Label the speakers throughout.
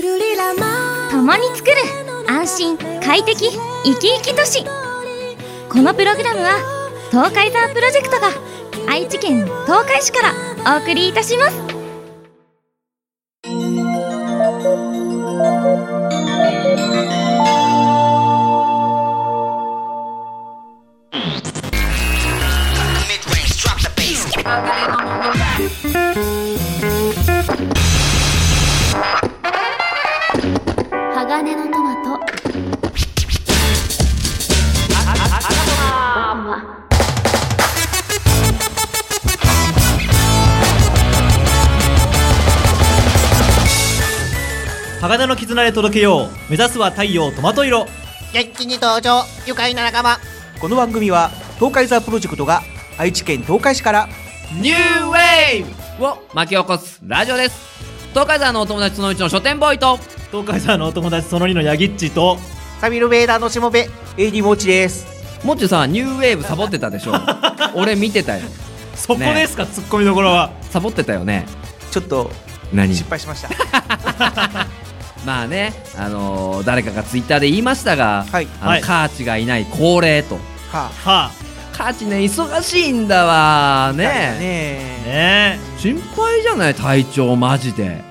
Speaker 1: 共に作る安心快適生き生き都市このプログラムは東海ザープロジェクトが愛知県東海市からお送りいたします鋼のトマト
Speaker 2: 鋼の絆で届けよう目指すは太陽トマト色
Speaker 3: 元気に登場愉快な仲間
Speaker 4: この番組は東海ザープロジェクトが愛知県東海市から
Speaker 5: ニューウェーブを巻き起こすラジオです東海山のお友達そのうちの書店ボーイと
Speaker 2: 東海さんのお友達その2のヤギッチと
Speaker 3: サビルベーダーのしもべ
Speaker 4: AD もちです
Speaker 5: もっちさんニューウェーブサボってた でしょ俺見てたよ
Speaker 2: そこですか、ツッコミどころは
Speaker 5: サボってたよね
Speaker 4: ちょっと
Speaker 5: 何
Speaker 4: 失敗しました
Speaker 5: まあねあのー誰かがツイッターで言いましたが、
Speaker 4: はい
Speaker 5: あの
Speaker 2: はい
Speaker 5: カーチがいない恒例と
Speaker 4: は
Speaker 2: は
Speaker 5: カーチね忙しいんだわ
Speaker 4: あ
Speaker 5: ね
Speaker 2: あ
Speaker 4: ね
Speaker 2: ね
Speaker 5: 心配じゃない体調マジで
Speaker 4: え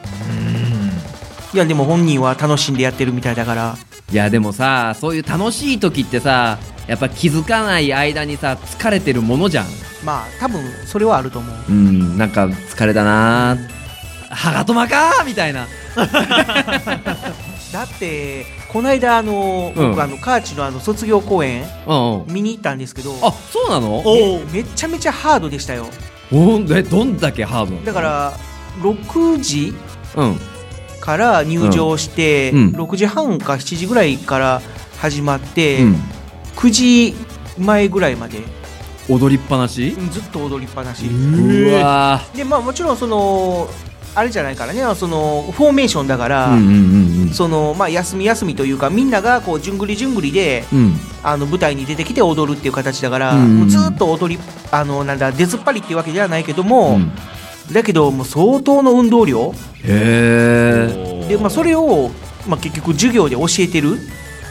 Speaker 4: いやでも本人は楽しんでやってるみたいだから
Speaker 5: いやでもさそういう楽しい時ってさやっぱ気づかない間にさ疲れてるものじゃん
Speaker 4: まあ多分それはあると思う
Speaker 5: うんなんか疲れたなはがとまかみたいな
Speaker 4: だってこの間あの僕、
Speaker 5: うん
Speaker 4: あのカーチのあの卒業公演
Speaker 5: うんうん
Speaker 4: 見に行ったんですけど
Speaker 5: あそうなの
Speaker 2: おお
Speaker 4: めちゃめちゃハードでしたよ
Speaker 5: おえどんだけハーブなの
Speaker 4: だから6時
Speaker 5: うん
Speaker 4: から入場して、
Speaker 5: うんうん
Speaker 4: 6時半か7時ぐらいから始まって、
Speaker 5: うん
Speaker 4: 9時前ぐらいまで
Speaker 5: 踊りっぱなし
Speaker 4: うんずっと踊りっぱなし、
Speaker 5: うわ
Speaker 4: でまあもちろんそのあれじゃないからねそのフォーメーションだか
Speaker 5: ー
Speaker 4: ら、
Speaker 5: うんうんうん
Speaker 4: そのまあ休み休みというかみんながこうじゅんぐりじゅんぐりで
Speaker 5: うん
Speaker 4: あの舞台に出てきて踊るっていう形だから、
Speaker 5: うん
Speaker 4: もうずっと踊りあのなんだ出ずっぱりっていうわけではないけども、
Speaker 5: うん
Speaker 4: だけどもう相当の運動量
Speaker 5: へえ
Speaker 4: で、まあ、それを、まあ、結局授業で教えてる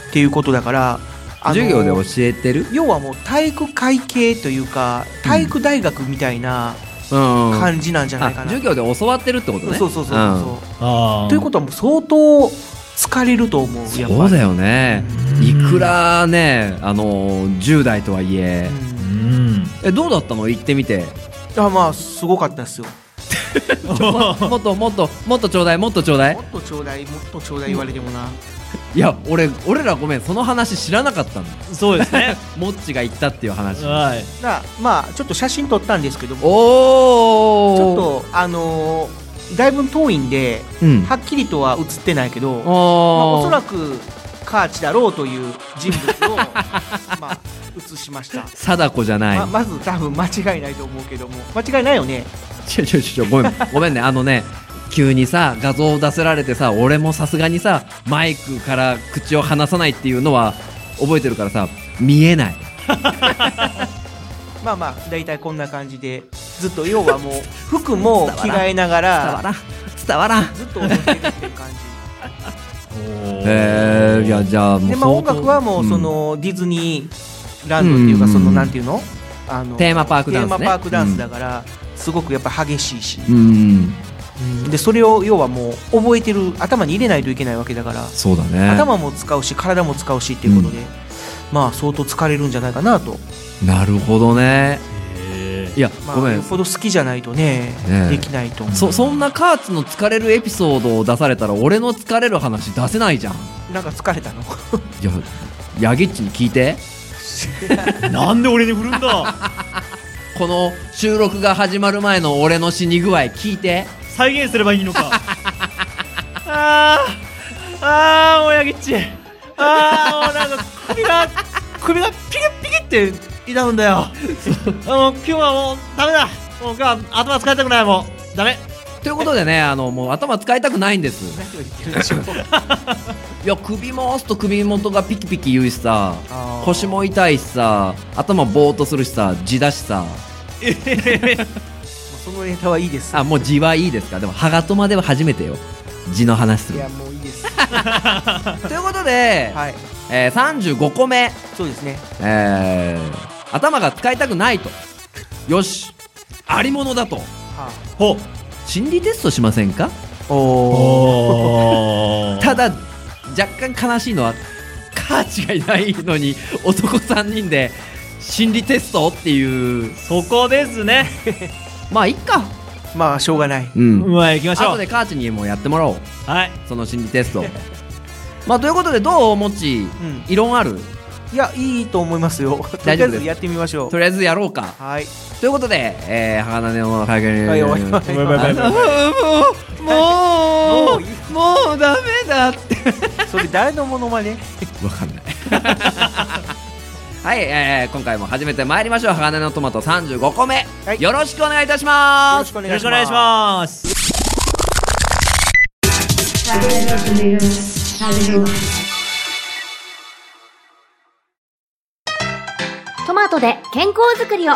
Speaker 4: っていうことだからあの
Speaker 5: 授業で教えてる
Speaker 4: 要はもう体育会系というか体育大学みたいな
Speaker 5: うんあ
Speaker 4: 感じなんじゃないかな、
Speaker 5: 授業で教わってるってことね
Speaker 4: そうそうそうそう、
Speaker 5: ん
Speaker 2: あー
Speaker 4: ということはもう相当疲れると思うやっぱり
Speaker 5: そうだよね
Speaker 2: うん
Speaker 5: いくらねあのー10代とはいえ
Speaker 2: うん
Speaker 5: えどうだったの行ってみて
Speaker 4: うんあまあすごかったですよ
Speaker 5: もっともっともっとちょうだいもっとちょうだい
Speaker 4: もっとちょうだいもっとちょうだい言われてもない
Speaker 5: や俺俺らごめんその話知らなかったの
Speaker 2: そうですね
Speaker 5: もっちが行ったっていう話
Speaker 2: はい
Speaker 4: だまあちょっと写真撮ったんですけども
Speaker 5: おお
Speaker 4: ちょっとあのーだいぶ遠いんで
Speaker 5: うん
Speaker 4: はっきりとは写ってないけど、まあ、おそ
Speaker 5: おそ
Speaker 4: ら
Speaker 5: らく
Speaker 4: くカーチだろうという人 物をまあ写しました
Speaker 5: 貞子じゃない、
Speaker 4: ままず多分間違いないと思うけども間違いないよね
Speaker 5: ちょちょちょごめんごめんねあのね急にさ画像を出せられてさ俺もさすがにさマイクから口を離さないっていうのは覚えてるからさ見えない
Speaker 4: まあまあ大体こんな感じでずっと要はもう 服も着替えなが
Speaker 5: 伝わ
Speaker 4: ら
Speaker 5: らん伝わらんへ
Speaker 4: ずっと踊ってるっていう感
Speaker 5: えー、いやじゃあも
Speaker 4: じ
Speaker 5: う
Speaker 4: でまあ
Speaker 5: 相
Speaker 4: 音
Speaker 5: 当
Speaker 4: 楽はもうそ、の、ディズニーランドっていうか
Speaker 5: うん
Speaker 4: そのなんていうのあの
Speaker 5: テーマパークダンスね
Speaker 4: テーマパークダンスだから、すごくやっぱ激しいし、
Speaker 5: うんうん、
Speaker 4: でそれを要はもう覚えてる頭に入れないといけないわけだから
Speaker 5: そうだね
Speaker 4: 頭も使うし体も使うしっていうことで、まあ相当疲れるんじゃないかなと、
Speaker 5: なるほどね
Speaker 2: へ
Speaker 5: いや、
Speaker 4: ま
Speaker 5: ご
Speaker 4: あ、
Speaker 5: め
Speaker 4: よ
Speaker 5: ん
Speaker 4: っぽど好きじゃないとね
Speaker 5: ねえ
Speaker 4: できないと思う
Speaker 5: そそんなカーツの疲れるエピソードを出されたら俺の疲れる話出せないじゃん
Speaker 4: なんか疲れたの
Speaker 5: いやヤギッチに聞いて
Speaker 2: ーなんで俺に振るんだ
Speaker 5: この収録が始まる前の俺の死に具合聞いて
Speaker 2: 再現すればいいのか あーあーもうヤギッチああもう なんか首が首がピキッピキって痛む んだよあもう今日はもうダメだもう今日は頭疲れたくないもうダメ
Speaker 5: ということでねあのもう頭使いたくないんです
Speaker 4: 何を言ってるでしょう
Speaker 5: いや首回すと首元がピキピキ言うしさ
Speaker 4: あー
Speaker 5: 腰も痛いしさ頭ぼーっとするしさ地だしさ
Speaker 4: そのネタはいいです
Speaker 5: あもう地はいいですかでも歯がとまでは初めてよ字の話す
Speaker 4: い
Speaker 5: る
Speaker 4: やもういいです
Speaker 5: ということで、
Speaker 4: はい
Speaker 5: えー、35個目、
Speaker 4: そうですね
Speaker 5: えー、頭が使いたくないとよしありものだと
Speaker 4: は
Speaker 5: ほ心理テストしませんか
Speaker 4: あおお
Speaker 2: おー
Speaker 5: ただ若干悲しいのはカーチがいないのに男3人で心理テストっていう
Speaker 2: そこですね
Speaker 5: まあいっか
Speaker 4: まあしょうがない
Speaker 5: うん
Speaker 2: まあ行きましょ
Speaker 5: 後
Speaker 2: う
Speaker 5: でカーチにもやってもらおう
Speaker 2: はい
Speaker 5: その心理テストまあということでどうもち、
Speaker 4: ん
Speaker 5: 異論ある
Speaker 4: いやいいと思いますよと
Speaker 5: 大
Speaker 4: り
Speaker 5: 丈
Speaker 4: あえ
Speaker 5: 夫です
Speaker 4: ずやってみましょ
Speaker 5: とりあえずやろうか
Speaker 4: うはい
Speaker 5: ということで、えー、鋼の会見
Speaker 4: はい終わり終わり
Speaker 5: あもうも
Speaker 4: もう
Speaker 5: う
Speaker 4: いい
Speaker 5: もうダメだって
Speaker 4: それ誰のものまね
Speaker 5: わかんないはい、えー、今回も始めてまいりましょう鋼のトマト35個目、
Speaker 4: はい
Speaker 5: よろしくお願いいたしま
Speaker 4: よろ
Speaker 5: す
Speaker 4: しくお
Speaker 2: よ
Speaker 4: 願い
Speaker 2: ろし
Speaker 4: し
Speaker 2: くお願いし
Speaker 4: ま
Speaker 2: ます
Speaker 6: トマトで健康づくりを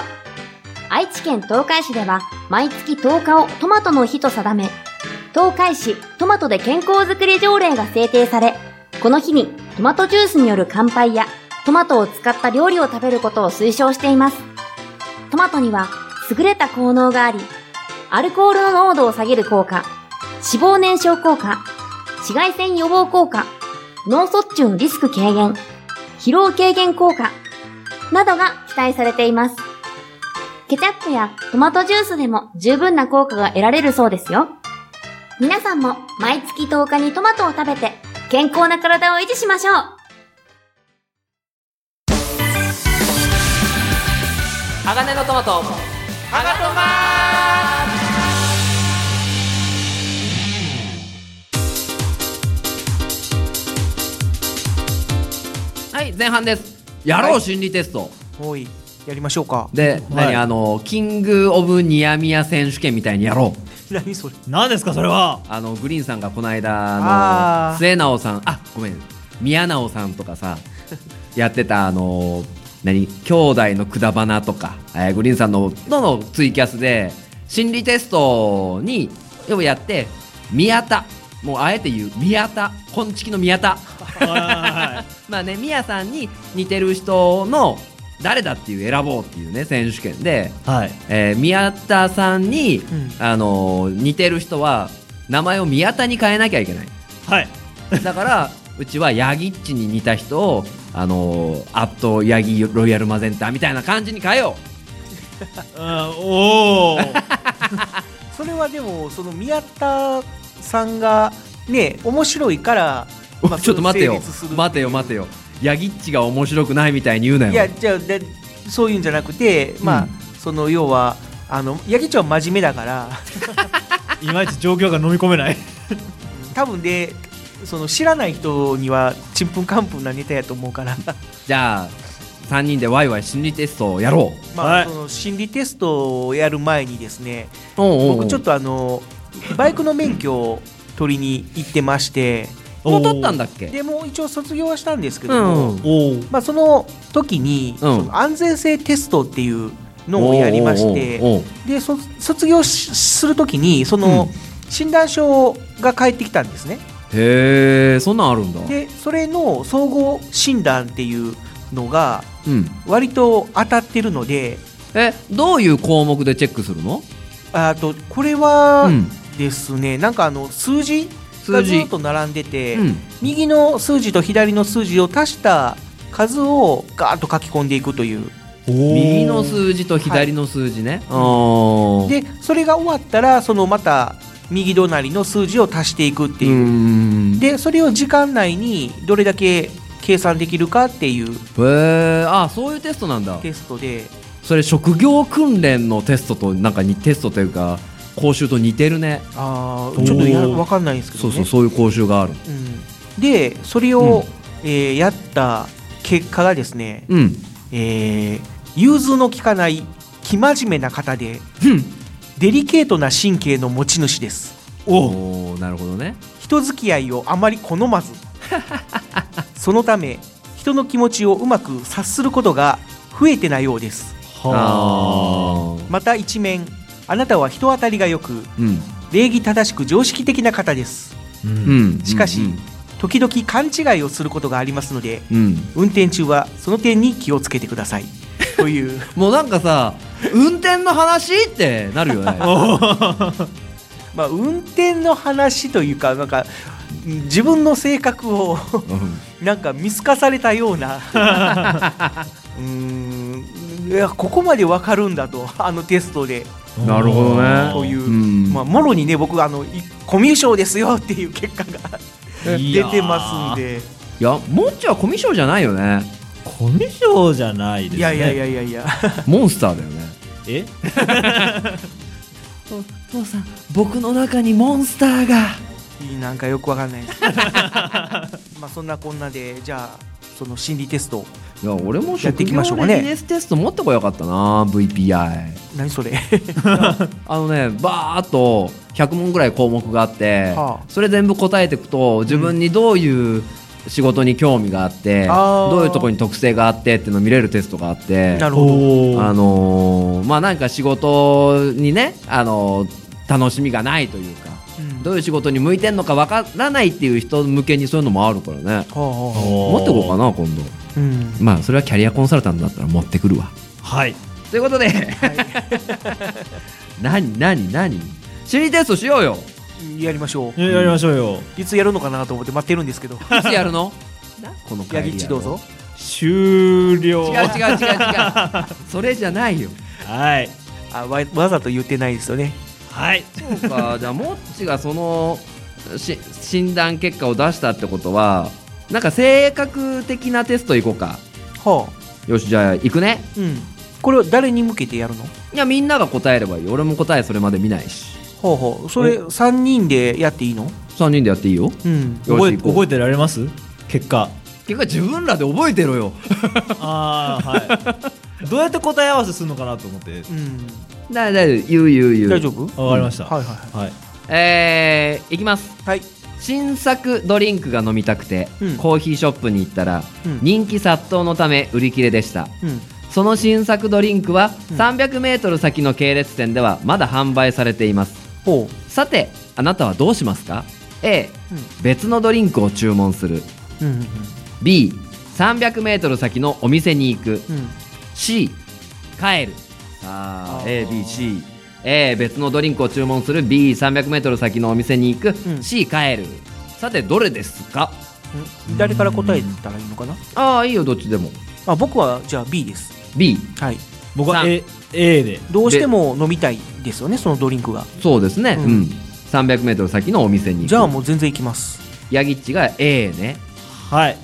Speaker 6: 愛知県東海市では毎月10日をトマトの日と定め、東海市トマトで健康づくり条例が制定され、この日にトマトジュースによる乾杯やトマトを使った料理を食べることを推奨しています。トマトには優れた効能があり、アルコールの濃度を下げる効果、脂肪燃焼効果、紫外線予防効果、脳卒中のリスク軽減、疲労軽減効果、などが期待されています。ケチャップやトマトジュースでも十分な効果が得られるそうですよ。皆さんも毎月10日にトマトを食べて健康な体を維持しましょう
Speaker 5: 鋼のトマトはい前半ですやろう、心理テスト
Speaker 4: すおいやりましょうか
Speaker 5: で、何あのキングオブニヤミヤ選手権みたいにやろう
Speaker 4: 何それ
Speaker 2: 何ですかそれは
Speaker 5: あのグリーンさんがこの間あ
Speaker 4: あ
Speaker 5: の
Speaker 4: ー
Speaker 5: 末直さんあごめん宮直さんとか さやってたあの何兄弟のくだばなとか、えーグリーンさんのののツイキャスで心理テストにでもやって宮田もうあえて言う宮田本きの宮田
Speaker 2: はいはいはい
Speaker 5: まあね、ミヤさんに似てる人の誰だっていう選ぼうっていうね選手権で、
Speaker 2: はい
Speaker 5: えー宮田さんに、
Speaker 4: ん
Speaker 5: あのー似てる人は名前を宮田に変えなきゃいけない
Speaker 2: はい
Speaker 5: だから うちはヤギッチに似た人をあのーアットヤギロイヤルマゼンタみたいな感じに変えよ
Speaker 2: うんおお
Speaker 4: それはでもその宮田さんがね面白いから、
Speaker 5: う、
Speaker 4: まあ
Speaker 5: ちょっと待てよ
Speaker 4: 成立する
Speaker 5: 待てよ待てよヤギッチが面白くないみたいに言うない
Speaker 4: や
Speaker 5: よ
Speaker 4: じゃあでそういうんじゃなくてまあ、
Speaker 5: うん
Speaker 4: その要はあの八木ちゃんは真面目だから
Speaker 2: いまいち状況が飲み込めない
Speaker 4: 多分でその知らない人にはちんぷんかんぷんなネタやと思うから
Speaker 5: じゃあ3人でワイワイ心理テストをやろう
Speaker 4: まあ、
Speaker 2: はい
Speaker 4: その心理テストをやる前にですね
Speaker 5: 僕
Speaker 4: 僕ちょっとあのバイクの免許を取りに行ってまして
Speaker 5: もう取ったんだっけ
Speaker 4: でもう一応卒業はしたんですけ
Speaker 5: う
Speaker 4: ども、
Speaker 5: んうん
Speaker 2: おお
Speaker 4: まあ、その時に、
Speaker 5: ん
Speaker 4: その安全性テストっていうのをやりまして
Speaker 5: おうおうおうおう
Speaker 4: でそ卒業しする時にその、診断書が返ってきたんですね
Speaker 5: へえそんなんあるんだ
Speaker 4: でそれの総合診断っていうのが
Speaker 5: うん
Speaker 4: 割と当たってるので
Speaker 5: えどういう項目でチェックするの
Speaker 4: あとこれ
Speaker 5: う
Speaker 4: は
Speaker 5: ん
Speaker 4: ですね、なんかあの数字が
Speaker 5: 数字
Speaker 4: ずっと並んでて、
Speaker 5: うん
Speaker 4: 右の数字と左の数字を足した数をガーッと書き込んでいくという
Speaker 5: 右の数字と左の数字ね、ああ
Speaker 4: でそれが終わったらそのまた右隣の数字を足していくって
Speaker 5: う
Speaker 4: いう、
Speaker 5: ん
Speaker 4: でそれを時間内にどれだけ計算できるかっていう
Speaker 5: へえあそういうテストなんだ
Speaker 4: テストで
Speaker 5: それ職業訓練のテストとなんかにテストというか講習と似てるね
Speaker 4: あーちょっとや
Speaker 2: おー
Speaker 4: わかんないですけど
Speaker 5: そ
Speaker 4: ね
Speaker 5: うそうそういう講習がある
Speaker 4: うん、でそれを、えーやった結果がですね、
Speaker 5: うん
Speaker 4: えー融通の利かない生真面目な方で
Speaker 5: うん
Speaker 4: デリケートな神経の持ち主です
Speaker 2: お
Speaker 5: おーなるほどね
Speaker 4: 人付き合いをあまり好ま ずそのため人の気持ちをうまく察することが増えてないようです
Speaker 2: は
Speaker 5: あ
Speaker 4: また一面あなたは人当たりが良く
Speaker 5: ーうん
Speaker 4: 礼儀正しく常識的な方です
Speaker 5: うん
Speaker 4: しかし、時々勘違いをすることがありますので
Speaker 5: うんうん
Speaker 4: 運転中はその点に気をつけてくださいという
Speaker 5: もうなんかさ運転の話ってなるよ ね
Speaker 4: まあ運転の話というかなんかうん自分の性格を なんか見透かされたようなうーんいやここまでわかるんだとあのテストで
Speaker 5: うんなるほどね
Speaker 4: という、
Speaker 5: うん
Speaker 4: まあ、もろにね僕あのいコミュ障ですよっていう結果が
Speaker 2: い
Speaker 4: 出
Speaker 2: や
Speaker 4: てますんで
Speaker 5: いやもっちはコミュ障じゃないよね
Speaker 2: コミュ障じゃないですね
Speaker 4: いやいやいやいやいや
Speaker 5: モンスターだよね
Speaker 2: え
Speaker 5: 父さん僕の中にモンスターが
Speaker 4: いいなんかよくわかんないです まあそんなこんなでじゃあその心理テスト
Speaker 5: いや俺も
Speaker 4: やっていきましょうかね
Speaker 5: 職業レディネステスト持ってこよかったな VPI
Speaker 4: 何それ
Speaker 5: あのねバーっと100問ぐらい項目があって、
Speaker 4: はあ
Speaker 5: それ全部答えていくと自分にどういう仕事に興味があって、
Speaker 4: あー
Speaker 5: どういうとこに特性があってっていうのを見れるテストがあって
Speaker 4: なるほど
Speaker 2: お
Speaker 5: あ
Speaker 2: ー
Speaker 5: のーまあなんか仕事にね、あのー楽しみがないというか
Speaker 4: うん
Speaker 5: どういう仕事に向いてんのかわからないっていう人向けにそういうのもあるからね
Speaker 4: はあはあは
Speaker 2: おー
Speaker 5: 持ってこうかな今度
Speaker 4: あうん
Speaker 5: まあそれはキャリアコンサルタントだったら持ってくるわ
Speaker 2: はい
Speaker 5: ということで、 何何何心理テストしようよ
Speaker 4: やりましょう
Speaker 2: えやりましょうよ
Speaker 4: いつやるのかなと思って待ってるんですけど
Speaker 5: いつやるのなこの帰り
Speaker 4: ヤギッチどうぞ
Speaker 5: 違う
Speaker 2: 終了
Speaker 5: 違う違う違うそれじゃないよ
Speaker 2: はい
Speaker 4: あわわざと言ってないですよね
Speaker 2: はい
Speaker 5: そうかじゃあもっちがそのし診断結果を出したってことはなんか性格的なテストいこうか
Speaker 4: はあ
Speaker 5: よしじゃあ行くね
Speaker 4: うんこれは誰に向けてやるの
Speaker 5: いやみんなが答えればいいよ俺も答えそれまで見ないし
Speaker 4: ほうほうそれ3人でやっていいの
Speaker 5: 3人でやっていいよ
Speaker 4: うん
Speaker 5: よ
Speaker 2: 覚え
Speaker 5: し行こ
Speaker 2: 覚
Speaker 5: う
Speaker 2: えてられます結果
Speaker 5: 結果自分らで覚えてろよ
Speaker 2: ああはい どうやって答え合わせするのかなと思って
Speaker 4: うん
Speaker 5: だだ言う言う言う
Speaker 4: 大丈夫
Speaker 2: わかりました、
Speaker 4: はいはいは
Speaker 2: はい
Speaker 5: えー、いきます
Speaker 4: いはい
Speaker 5: 新作ドリンクが飲みたくて、
Speaker 4: うん
Speaker 5: コーヒーショップに行ったら、
Speaker 4: うん
Speaker 5: 人気殺到のため売り切れでした
Speaker 4: うん
Speaker 5: その新作ドリンクは
Speaker 4: うん
Speaker 5: 300m 先の系列店ではまだ販売されています
Speaker 4: ほ
Speaker 5: さてあなたはどうしますか A
Speaker 4: う
Speaker 5: 別のドリンクを注文する
Speaker 4: ううん
Speaker 5: B300m 先のお店に行く
Speaker 4: うんうん
Speaker 5: C 帰るさあ
Speaker 4: あー
Speaker 5: ABC A 別のドリンクを注文する B300m 先のお店に行く、
Speaker 4: うん
Speaker 5: C 帰るさてどれですか
Speaker 4: うん誰から答えたらいいのかな
Speaker 5: ああいいよどっちでも
Speaker 4: あ僕はじゃあ B です
Speaker 5: B
Speaker 4: はい
Speaker 2: 僕は
Speaker 5: さん
Speaker 2: A, A で
Speaker 4: どうしても飲みたいですよねそのドリンクが
Speaker 5: そうですね
Speaker 4: う
Speaker 5: うんん、300m 先のお店に行く
Speaker 4: じゃあもう全然いきます
Speaker 5: ヤギッチが A ね
Speaker 2: はい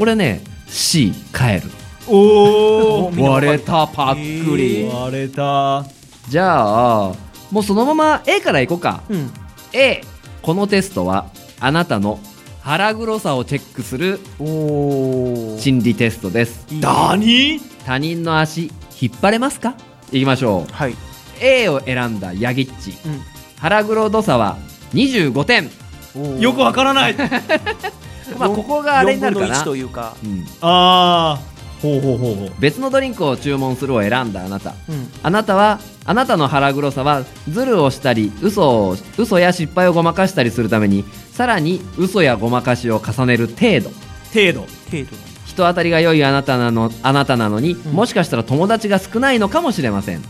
Speaker 5: 俺ね C 帰る
Speaker 2: おお
Speaker 4: みんなわか
Speaker 5: 割
Speaker 4: る
Speaker 5: れたパックリ、
Speaker 4: えー
Speaker 2: 割れた
Speaker 5: じゃあもうそのまま A から行こうか
Speaker 4: うん
Speaker 5: A このテストはあなたの腹黒さをチェックする
Speaker 4: おお
Speaker 5: 心理テストです
Speaker 2: 何
Speaker 5: 他人の足引っ張れますかいきましょう
Speaker 4: はい
Speaker 5: A を選んだヤギッチ
Speaker 4: うん
Speaker 5: 腹黒度差は25点
Speaker 2: よくわか らない
Speaker 5: まあここがあれになるか
Speaker 4: 4分の1
Speaker 5: な
Speaker 4: というか
Speaker 5: うん
Speaker 2: ああほうほうほうほう
Speaker 5: 別のドリンクを注文するを選んだあなた
Speaker 4: うん
Speaker 5: あなたはあなたの腹黒さはズルをしたり嘘を嘘や失敗をごまかしたりするためにさらに嘘やごまかしを重ねる程度
Speaker 2: 程度
Speaker 4: 程度
Speaker 5: 人当たりが良いあなたなのあなたなのに、もしかしたら友達が少ないのかもしれません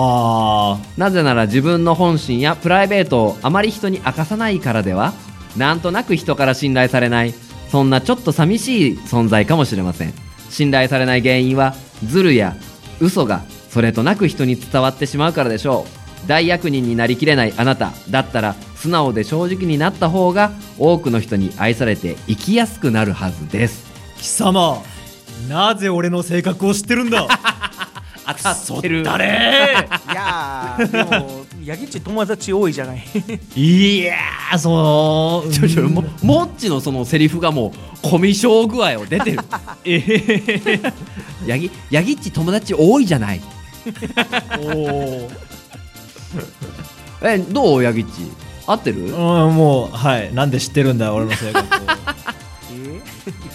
Speaker 2: はあ
Speaker 5: なぜなら自分の本心やプライベートをあまり人に明かさないからではなんとなく人から信頼されないそんなちょっと寂しい存在かもしれません信頼されない原因はズルや嘘がそれとなく人に伝わってしまうからでしょう大役人になりきれないあなただったら素直で正直になった方が多くの人に愛されて生きやすくなるはずです
Speaker 2: 貴様なぜ俺の性格を知ってるん だ
Speaker 5: 当たってる
Speaker 2: 誰
Speaker 4: いやーでもヤギっち友達多いじゃない
Speaker 2: いやーその
Speaker 5: ちょちょももっちのそのセリフがもうコミュ障具合を出てる
Speaker 2: えー、
Speaker 5: ヤギヤギっち友達多いじゃない
Speaker 2: お
Speaker 5: えどうヤギっち合ってる
Speaker 2: お、 うん、もうはいなんで知ってるんだ俺の性格を
Speaker 4: え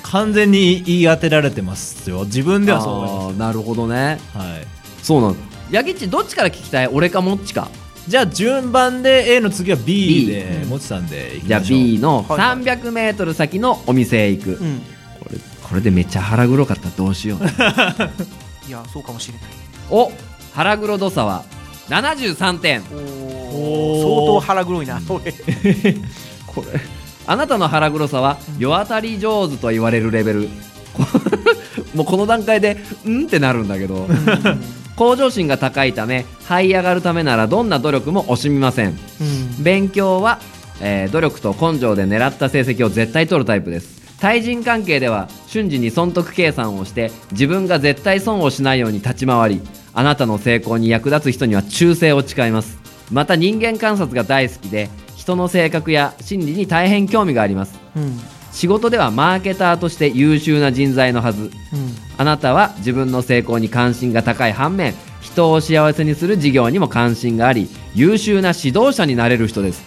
Speaker 2: 完全に言い当てられてますよ自分ではそう思い
Speaker 5: あーなるほどね
Speaker 2: ますはい
Speaker 5: そうなのヤギっちどっちから聞きたい俺かもっちか
Speaker 2: じゃあ順番で A の次は
Speaker 5: B
Speaker 2: B でもちさんでいき
Speaker 5: じゃあ
Speaker 2: ましょう
Speaker 5: B の
Speaker 4: はいはい
Speaker 5: 300m 先のお店へ行く、
Speaker 4: うん
Speaker 5: これこれでめっちゃ腹黒かったらどうし よう
Speaker 4: いやそうかもしれない
Speaker 5: お腹黒度差は73点
Speaker 4: お相当腹黒いな俺
Speaker 5: これあなたの腹黒さは世当たり上手と言われるレベル こもうこの段階でうんってなるんだけど向上心が高いため這い上がるためならどんな努力も惜しみません勉強は、えー努力と根性で狙った成績を絶対取るタイプです対人関係では瞬時に損得計算をして自分が絶対損をしないように立ち回りあなたの成功に役立つ人には忠誠を誓いますまた人間観察が大好きで人の性格や心理に大変興味があります
Speaker 4: うん
Speaker 5: 仕事ではマーケターとして優秀な人材のはず
Speaker 4: うん
Speaker 5: あなたは自分の成功に関心が高い反面人を幸せにする事業にも関心があり優秀な指導者になれる人です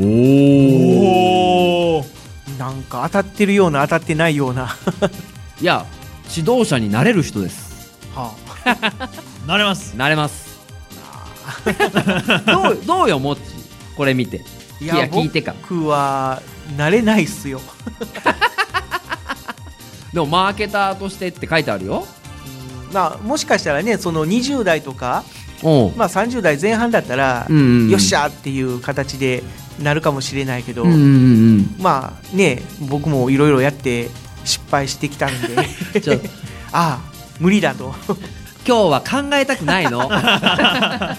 Speaker 5: お
Speaker 2: おー
Speaker 4: なんか当たってるような当たってないような はい
Speaker 5: や指導者になれる人です
Speaker 4: あ
Speaker 2: なれます
Speaker 5: なれます どうどうよもっちこれ見ていや聞いてか
Speaker 4: 僕は慣れないっすよ
Speaker 5: でもマーケターとしてって書いてあるよ
Speaker 4: まあもしかしたらねその20代とか、
Speaker 5: おう
Speaker 4: まあ、30代前半だったら、
Speaker 5: うんうんうん
Speaker 4: よっしゃーっていう形でなるかもしれないけど、
Speaker 5: うんうんうん
Speaker 4: まあね僕もいろいろやって失敗してきた んで
Speaker 5: うんちょ
Speaker 4: ああ無理だと
Speaker 5: 今日は考えたくないの まあ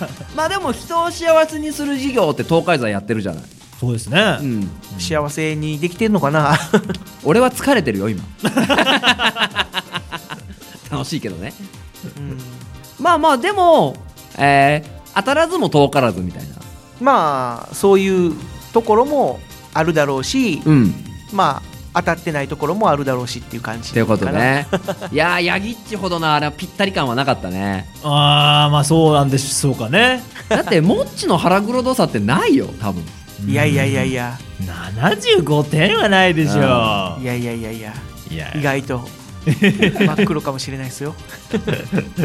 Speaker 5: でも人を幸せにする事業って東海座やってるじゃない、
Speaker 2: そうですね、
Speaker 5: うん、
Speaker 4: 幸せにできてんのかな
Speaker 5: 俺は疲れてるよ今 楽しいけどね
Speaker 4: うん
Speaker 5: まあまあでも、えー当たらずも遠からずみたいな
Speaker 4: まあそういうところもあるだろうし、
Speaker 5: うん
Speaker 4: まあ当たってないところもあるだろうしっていう感じ
Speaker 5: ということ
Speaker 4: か
Speaker 5: で
Speaker 4: な
Speaker 5: ねいやーヤギッチほどのあれはぴったり感はなかったね
Speaker 2: ああまあそうなんでしょうかね
Speaker 5: だってモッチの腹黒度差ってないよ多分
Speaker 4: いやいやいやいや
Speaker 2: 75点はないでしょう
Speaker 4: いやいやいやいや
Speaker 2: いや
Speaker 4: 意外と真っ黒かもしれないですよ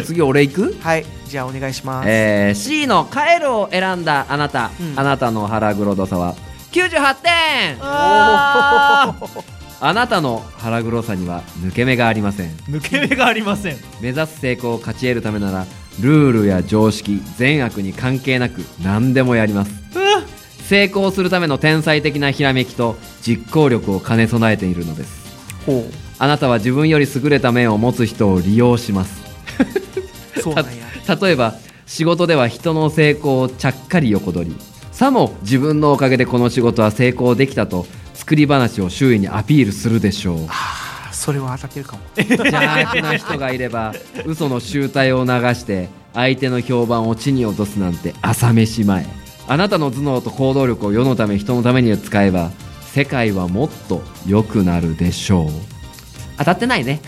Speaker 5: 次俺行く
Speaker 4: はいじゃあお願いします、
Speaker 5: えー C の「帰る」を選んだあなた、
Speaker 4: うん
Speaker 5: あなたの腹黒度差は98点
Speaker 2: あー
Speaker 5: あなたの腹黒さには抜け目がありません
Speaker 2: 抜け目がありません
Speaker 5: 目指す成功を勝ち得るためならルールや常識善悪に関係なく何でもやります成功するための天才的なひらめきと実行力を兼ね備えているのです
Speaker 4: ほ
Speaker 5: あなたは自分より優れた面を持つ人を利用します
Speaker 4: うそうなんや
Speaker 5: た例えば仕事では人の成功をちゃっかり横取りさも自分のおかげでこの仕事は成功できたと作り話を周囲にアピールするでしょう
Speaker 4: それは当たってるかも
Speaker 5: 邪悪な人がいれば嘘の集大を流して相手の評判を地に落とすなんて朝飯前あなたの頭脳と行動力を世のため人のために使えば世界はもっと良くなるでしょう当たってないね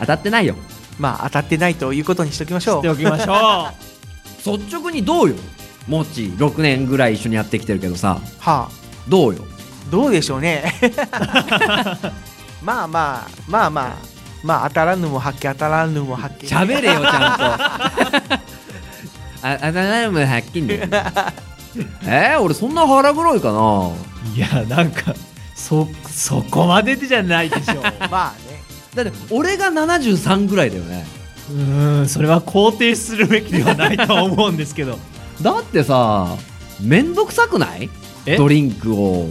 Speaker 5: 当たってないよ
Speaker 4: まあ当たってないということにしときましょ
Speaker 2: して
Speaker 4: う
Speaker 2: おきましょ
Speaker 5: 率直にどうよもっち6年ぐらい一緒にやってきてるけどさ
Speaker 4: はあ
Speaker 5: どうよ
Speaker 4: どうでしょう ねまあまあまあまあまあ当たらぬも発見当たらぬも発見
Speaker 5: 喋れよちゃんとああなたもはっきりねえー、俺そんな腹黒いかな
Speaker 2: ういやなんかそ そこまでじゃないでしょう
Speaker 4: まあね
Speaker 5: だって俺が73ぐらいだよね
Speaker 2: うーんそれは肯定するべきではないとは思うんですけど
Speaker 5: だってさめんどくさくない
Speaker 2: え
Speaker 5: ドリンクを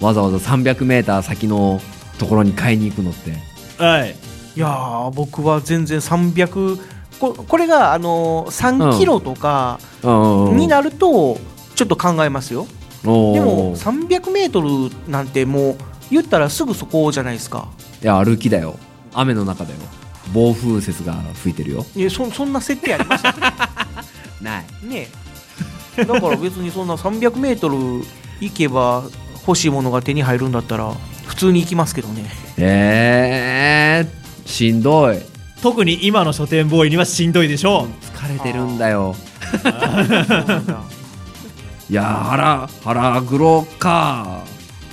Speaker 5: わざわざ 300m 先のところに買いに行くのって
Speaker 2: はい
Speaker 4: いやー僕は全然300ここれがあの
Speaker 5: う
Speaker 4: 3
Speaker 5: ん
Speaker 4: キロとか
Speaker 5: うん
Speaker 4: になるとちょっと考えますよ、
Speaker 5: おー
Speaker 4: でも300メートルなんてもう言ったらすぐそこじゃないですか
Speaker 5: いや歩きだよ雨の中だよ暴風雪が吹いてるよ
Speaker 4: いやそそんな設定ありました
Speaker 5: ない
Speaker 4: ねだから別にそんな300メートル行けば欲しいものが手に入るんだったら普通に行きますけど ね
Speaker 5: えー、しんどい
Speaker 2: 特に今の書店ボーイにはしんどいでしょう、
Speaker 5: 疲れてるんだよ
Speaker 4: そうなんだ
Speaker 5: いやー腹腹黒か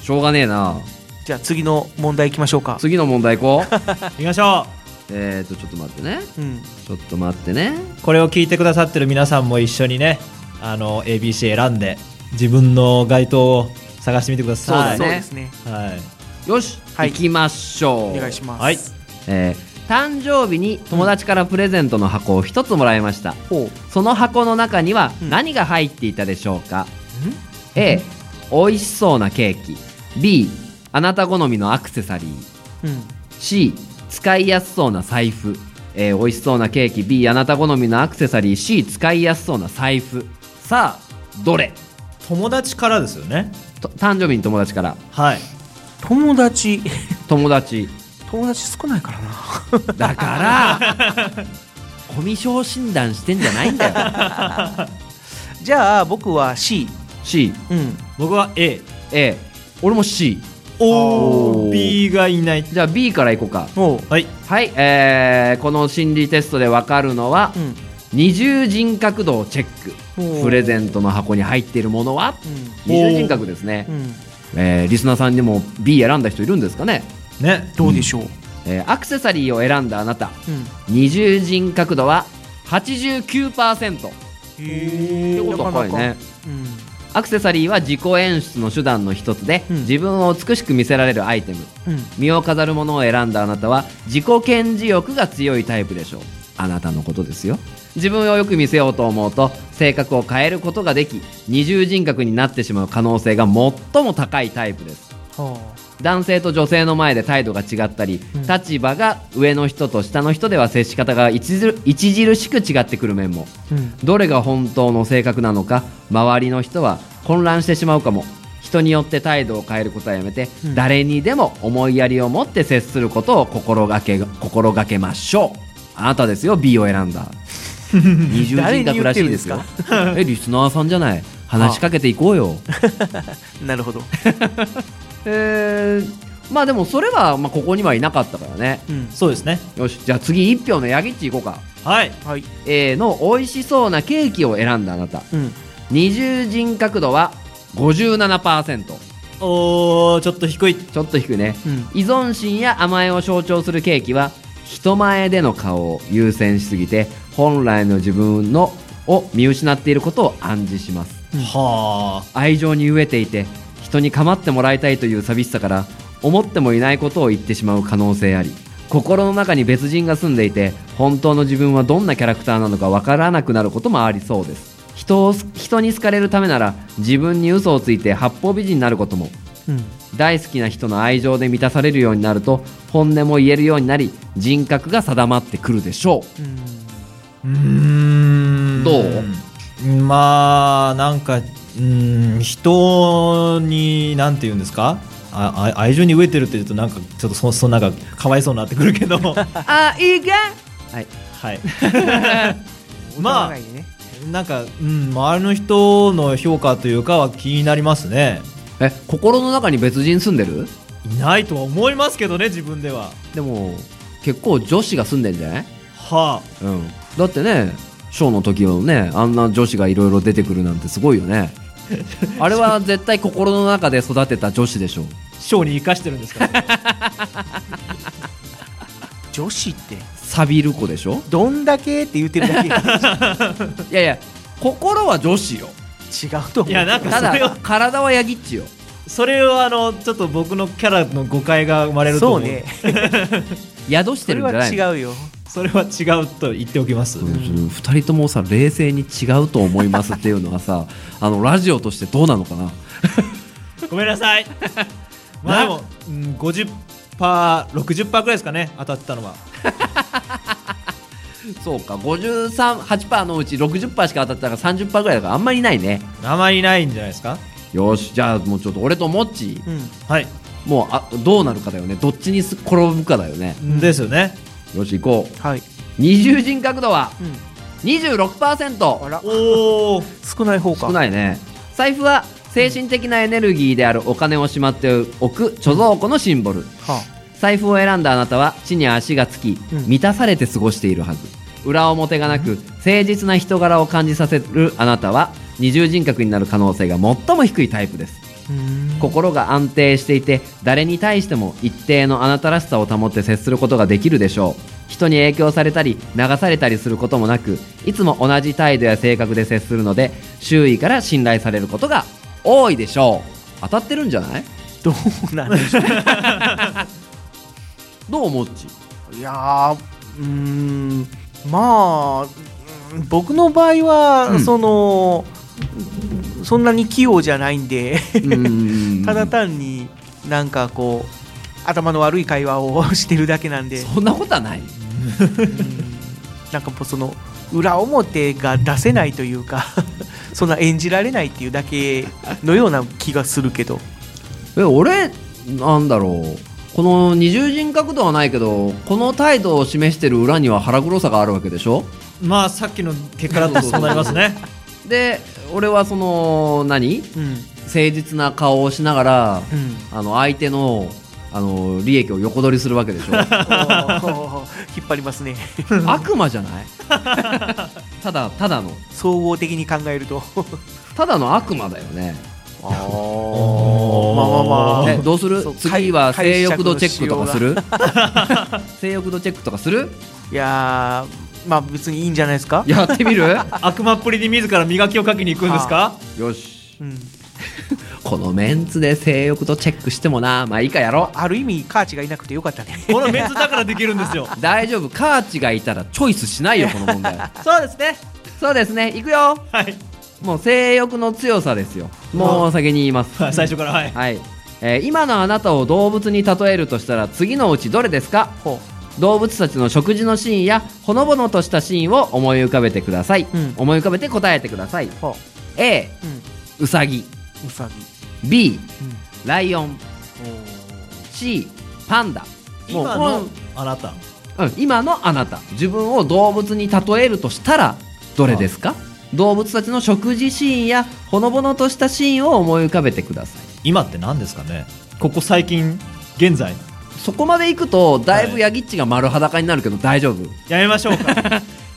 Speaker 5: しょうがねえな
Speaker 4: じゃあ次の問題行きましょうか、
Speaker 5: 次の問題行こう
Speaker 2: 行きましょ
Speaker 5: えーとちょっと待ってね
Speaker 4: うん、
Speaker 5: ちょっと待ってね
Speaker 2: うこれを聞いてくださってる皆さんも一緒にね
Speaker 7: あの ABC 選んで自分の該当を探してみてくだ
Speaker 5: そう
Speaker 7: さ
Speaker 5: だ
Speaker 7: い。
Speaker 5: ね
Speaker 4: すね
Speaker 7: はい。
Speaker 5: よし、
Speaker 4: はい
Speaker 5: 行きましょう
Speaker 4: お願いします
Speaker 7: はい。
Speaker 5: えー誕生日に友達からプレゼントの箱を一つもらいました、
Speaker 4: ほ
Speaker 5: その箱の中には
Speaker 4: うん
Speaker 5: 何が入っていたでしょうか、A 美味しそうなケーキ B あなた好みのアクセサリー
Speaker 4: う、うん、
Speaker 5: C 使いやすそうな財布、えー美味しそうなケーキ B あなた好みのアクセサリー C 使いやすそうな財布さあどれ
Speaker 7: 友達からですよね。
Speaker 5: と誕生日に友達から
Speaker 7: はい。
Speaker 4: 友達
Speaker 5: 友達
Speaker 4: 友達少ないからな
Speaker 5: だからコミュ障診断してんじゃないんだよ
Speaker 4: じゃあ僕は C
Speaker 5: C
Speaker 4: うん
Speaker 7: 僕は A。
Speaker 5: A 俺も C
Speaker 7: お
Speaker 5: おー
Speaker 7: お。B がいない。
Speaker 5: じゃあ B からいこうか
Speaker 4: おう
Speaker 7: はい。
Speaker 5: はい、えーこの心理テストで分かるのは、
Speaker 4: うん
Speaker 5: 二重人格度をチェッ
Speaker 4: お
Speaker 5: ク
Speaker 4: ー
Speaker 5: プレゼントの箱に入っているものは、
Speaker 4: う
Speaker 5: 二重人格ですね
Speaker 4: う、ん
Speaker 5: えーリスナーさんにも B 選んだ人いるんですかね、
Speaker 7: ね。
Speaker 4: どうでしょう
Speaker 5: えーアクセサリーを選んだあなた
Speaker 4: うん
Speaker 5: 二重人格度は89%っ
Speaker 4: へ
Speaker 5: て
Speaker 4: え
Speaker 5: ことは高いね
Speaker 4: うん
Speaker 5: アクセサリーは自己演出の手段の一つで、
Speaker 4: うん
Speaker 5: 自分を美しく見せられるアイテム
Speaker 4: うん
Speaker 5: 身を飾るものを選んだあなたは自己顕示欲が強いタイプでしょうあなたのことですよ自分をよく見せようと思うと性格を変えることができ二重人格になってしまう可能性が最も高いタイプです
Speaker 4: は
Speaker 5: 男性と女性の前で態度が違ったり、
Speaker 4: うん
Speaker 5: 立場が上の人と下の人では接し方が著著しく違ってくる面も
Speaker 4: あうん
Speaker 5: どれが本当の性格なのか周りの人は混乱してしまうかも人によって態度を変えることはやめて、
Speaker 4: うん
Speaker 5: 誰にでも思いやりを持って接することを心がけ心がけましょうあなたですよ B を選ん だ二重人格らしいですよ
Speaker 4: 誰に
Speaker 5: えリスナーさんじゃない話しかけていこうよ
Speaker 4: なるほど
Speaker 5: えー、まあでもそれは、まあ、ここにはいなかったからね
Speaker 4: うん
Speaker 7: そうですね。
Speaker 5: よしじゃあ次1票のヤギッチいこうか
Speaker 7: はい。
Speaker 4: はい
Speaker 5: A の美味しそうなケーキを選んだあなた
Speaker 4: うん
Speaker 5: 二重人格度は57%
Speaker 7: おー、ちょっと低い。
Speaker 5: ちょっと低いね、
Speaker 4: うん
Speaker 5: 依存心や甘えを象徴するケーキは人前での顔を優先しすぎて本来の自分のを見失っていることを暗示します
Speaker 7: は
Speaker 5: 愛情に飢えていて人に構ってもらいたいという寂しさから思ってもいないことを言ってしまう可能性あり心の中に別人が住んでいて本当の自分はどんなキャラクターなのかわからなくなることもありそうです人を人に好かれるためなら自分に嘘をついて八方美人になることも
Speaker 4: うん
Speaker 5: 大好きな人の愛情で満たされるようになると本音も言えるようになり人格が定まってくるでしょ
Speaker 7: ー。うーん。
Speaker 5: ど
Speaker 7: まあなんかうーん人になんて言うんですかああ愛情に飢えてるって言うとなんかちょっとそそんなんかかわいそうになってくるけど
Speaker 5: うあいいかはい
Speaker 7: はい
Speaker 4: ま
Speaker 7: ま
Speaker 4: あ
Speaker 7: あなんか、うん、周りの人の評価というかは気になりますね
Speaker 5: え心の中に別人住んでる
Speaker 7: いないとは思いますけどね自分では
Speaker 5: でも結構女子が住んでんじゃない
Speaker 7: は
Speaker 5: うん、だってねショーの時のねあんな女子がいろいろ出てくるなんてすごいよ ねあれは絶対心の中で育てた女子でしょ
Speaker 7: あ賞に生かしてるんですから、
Speaker 4: 女子って
Speaker 5: 錆びる子でしょ
Speaker 4: どんだけって言ってるだけ
Speaker 5: いやいや心は女子よ
Speaker 4: 違うと思う
Speaker 7: いやなんかそ
Speaker 5: た
Speaker 7: れ
Speaker 5: だ
Speaker 7: は
Speaker 5: 体はヤギっちよ
Speaker 7: それはあのちょっと僕のキャラの誤解が生まれると思
Speaker 4: そううね
Speaker 5: 宿し
Speaker 4: そ
Speaker 5: て
Speaker 4: れ
Speaker 5: るんじゃ
Speaker 4: は
Speaker 5: ないの
Speaker 4: 違うよ
Speaker 7: それは違うと言っておきます、
Speaker 5: うん二人ともさ冷静に違うと思いますっていうのは さあのラジオとしてどうなのかな
Speaker 7: ごめ んなさい。まあでも、うん、50パー、60パーくらいですかね、当たってたのは。
Speaker 5: そうか538%のうち60%しか当たったから30%ぐらいだからあんまりないね
Speaker 7: あまりないんじゃないですか。
Speaker 5: よしじゃあもうちょっと俺とモッチー
Speaker 4: うん
Speaker 7: はい。
Speaker 5: もうあどうなるかだよねどっちにす転ぶかだよね
Speaker 7: ですよね。
Speaker 5: よし行こう
Speaker 4: はい
Speaker 5: 二重人格度は
Speaker 4: うんあ
Speaker 5: 26%
Speaker 4: ら
Speaker 7: おお。
Speaker 4: 少ない方か
Speaker 5: 少ないね財布は精神的なエネルギーであるお金をしまっておく貯蔵庫のシンボル
Speaker 4: は
Speaker 5: 財布を選んだあなたは地に足がつき
Speaker 4: うん
Speaker 5: 満たされて過ごしているはず裏表がなく誠実な人柄を感じさせるあなたは二重人格になる可能性が最も低いタイプです
Speaker 4: うーん
Speaker 5: 心が安定していて誰に対しても一定のあなたらしさを保って接することができるでしょう人に影響されたり流されたりすることもなくいつも同じ態度や性格で接するので周囲から信頼されることが多いでしょう当たってるんじゃない
Speaker 4: どうなんでしょう
Speaker 5: どう思っち
Speaker 4: いやーうーんまあうん僕の場合は、
Speaker 5: うん
Speaker 4: そのそんなに器用じゃないんで ただ
Speaker 5: だ
Speaker 4: 単になんかこう頭の悪い会話を してるだけなんで
Speaker 5: そんなことはない
Speaker 4: なんかもうその裏表が出せないというか そんな演じられないっていうだけのような気がするけど
Speaker 5: え俺なんだろうこの二重人格度はないけどこの態度を示してる裏には腹黒さがあるわけでしょ
Speaker 7: まあさっきの結果だとそうなります ね
Speaker 5: で俺はその何
Speaker 4: うん
Speaker 5: 誠実な顔をしながら
Speaker 4: うん
Speaker 5: あの相手のあの利益を横取りするわけで しょ
Speaker 4: 引っ張りますね
Speaker 5: 悪魔じゃない ただただの
Speaker 4: 総合的に考えると
Speaker 5: ただの悪魔だよね
Speaker 4: あ まあまあまあ
Speaker 5: えどうする
Speaker 4: そう
Speaker 5: 次は
Speaker 4: 解
Speaker 5: 性欲度チェックとかす
Speaker 4: 解釈
Speaker 5: る 性欲度チェックとかする
Speaker 4: いやーまあ別にいいんじゃないですか
Speaker 5: やってみる
Speaker 7: 悪魔っぷりに自ら磨きをかけに行くんですか
Speaker 5: よし
Speaker 4: うん、
Speaker 5: このメンツで性欲度チェックしてもなまあいいかやろ
Speaker 4: ある意味カーチがいなくてよかったね
Speaker 7: このメンツだからできるんですよ
Speaker 5: 大丈夫カーチがいたらチョイスしないよこの問題
Speaker 4: そうですね
Speaker 5: そうですねいくよ
Speaker 7: はい
Speaker 5: もう性欲の強さですよもう先に言います
Speaker 7: 最初からはい
Speaker 5: はい、えー今のあなたを動物に例えるとしたら次のうちどれですか動物たちの食事のシーンやほのぼのとしたシーンを思い浮かべてください、
Speaker 4: うん
Speaker 5: 思い浮かべて答えてください
Speaker 4: ほ
Speaker 5: A
Speaker 4: う、うん、
Speaker 5: うさぎ
Speaker 4: うさぎ
Speaker 5: B
Speaker 4: うん
Speaker 5: ライオン C パンダもう
Speaker 7: 今
Speaker 5: こ
Speaker 7: のあなた
Speaker 5: うん、今のあなた自分を動物に例えるとしたらどれですか動物たちの食事シーンやほのぼのとしたシーンを思い浮かべてください
Speaker 7: 今って何ですかねここ最近現在
Speaker 5: そこまで行くとだい
Speaker 7: は
Speaker 5: ぶ
Speaker 7: い
Speaker 5: ヤギッチが丸裸になるけど大丈夫、
Speaker 7: やめましょう か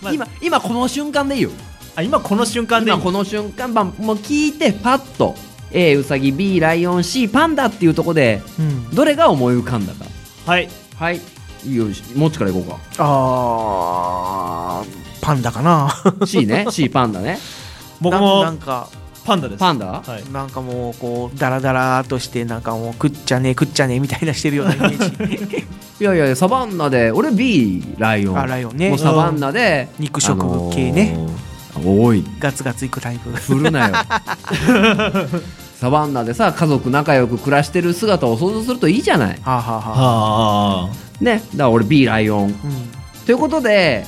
Speaker 7: まあ
Speaker 5: 今今この瞬間でいいよ
Speaker 7: あ今この瞬間で
Speaker 5: 今この瞬間まあもう聞いてパッと A ウサギ B ライオン C パンダっていうとこで
Speaker 4: うん、
Speaker 5: どれが思い浮かんだか
Speaker 7: はい
Speaker 5: はいよしもっちからいこうか
Speaker 4: あーパンダかな
Speaker 5: C ね C パンダね
Speaker 7: 僕
Speaker 4: なん
Speaker 7: も
Speaker 4: か
Speaker 7: パンダです
Speaker 5: パンダ、
Speaker 7: はい
Speaker 4: なんかもうこうダラダラとしてなんかもう食っちゃねえ食っちゃねえみたいなしてるようなイメ ージ
Speaker 5: い、やいやサバンナで俺 B ライオン
Speaker 4: あライオンね
Speaker 5: もうサバンナで、
Speaker 4: うん肉食系ね
Speaker 5: あのーおい
Speaker 4: ガツガツいくタイプ
Speaker 5: 振るなよサバンナでさ家族仲良く暮らしてる姿を想像するといいじゃない
Speaker 4: はあはあはあ
Speaker 7: はあ
Speaker 5: ねだから俺 B ライオン
Speaker 4: うん
Speaker 5: ということで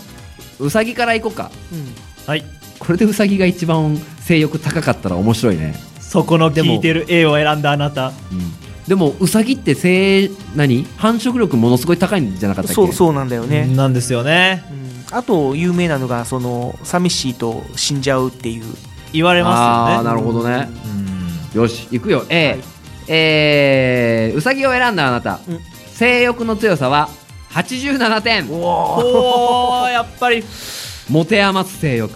Speaker 5: ウサギからいこうか
Speaker 4: うん
Speaker 7: はい
Speaker 5: これでウサギが一番性欲高かったら面白いね、
Speaker 7: そこの
Speaker 5: でも
Speaker 7: 聞いてる A を選んだあなた
Speaker 5: でもウサギって性何繁殖力ものすごい高いんじゃなかったっけ
Speaker 4: そうそうなんだよね、
Speaker 7: なんですよね
Speaker 4: うんあと有名なのがその寂しいと死んじゃうっていう
Speaker 7: 言われ
Speaker 5: あ
Speaker 7: ます
Speaker 5: あ
Speaker 7: よ
Speaker 5: な
Speaker 7: ね
Speaker 5: るほどね、
Speaker 7: うん
Speaker 5: よし行くよ A、えー、うさぎを選んだあなた、
Speaker 4: うん
Speaker 5: 性欲の強さは87点
Speaker 7: おーやっぱり
Speaker 5: 持て余す性欲、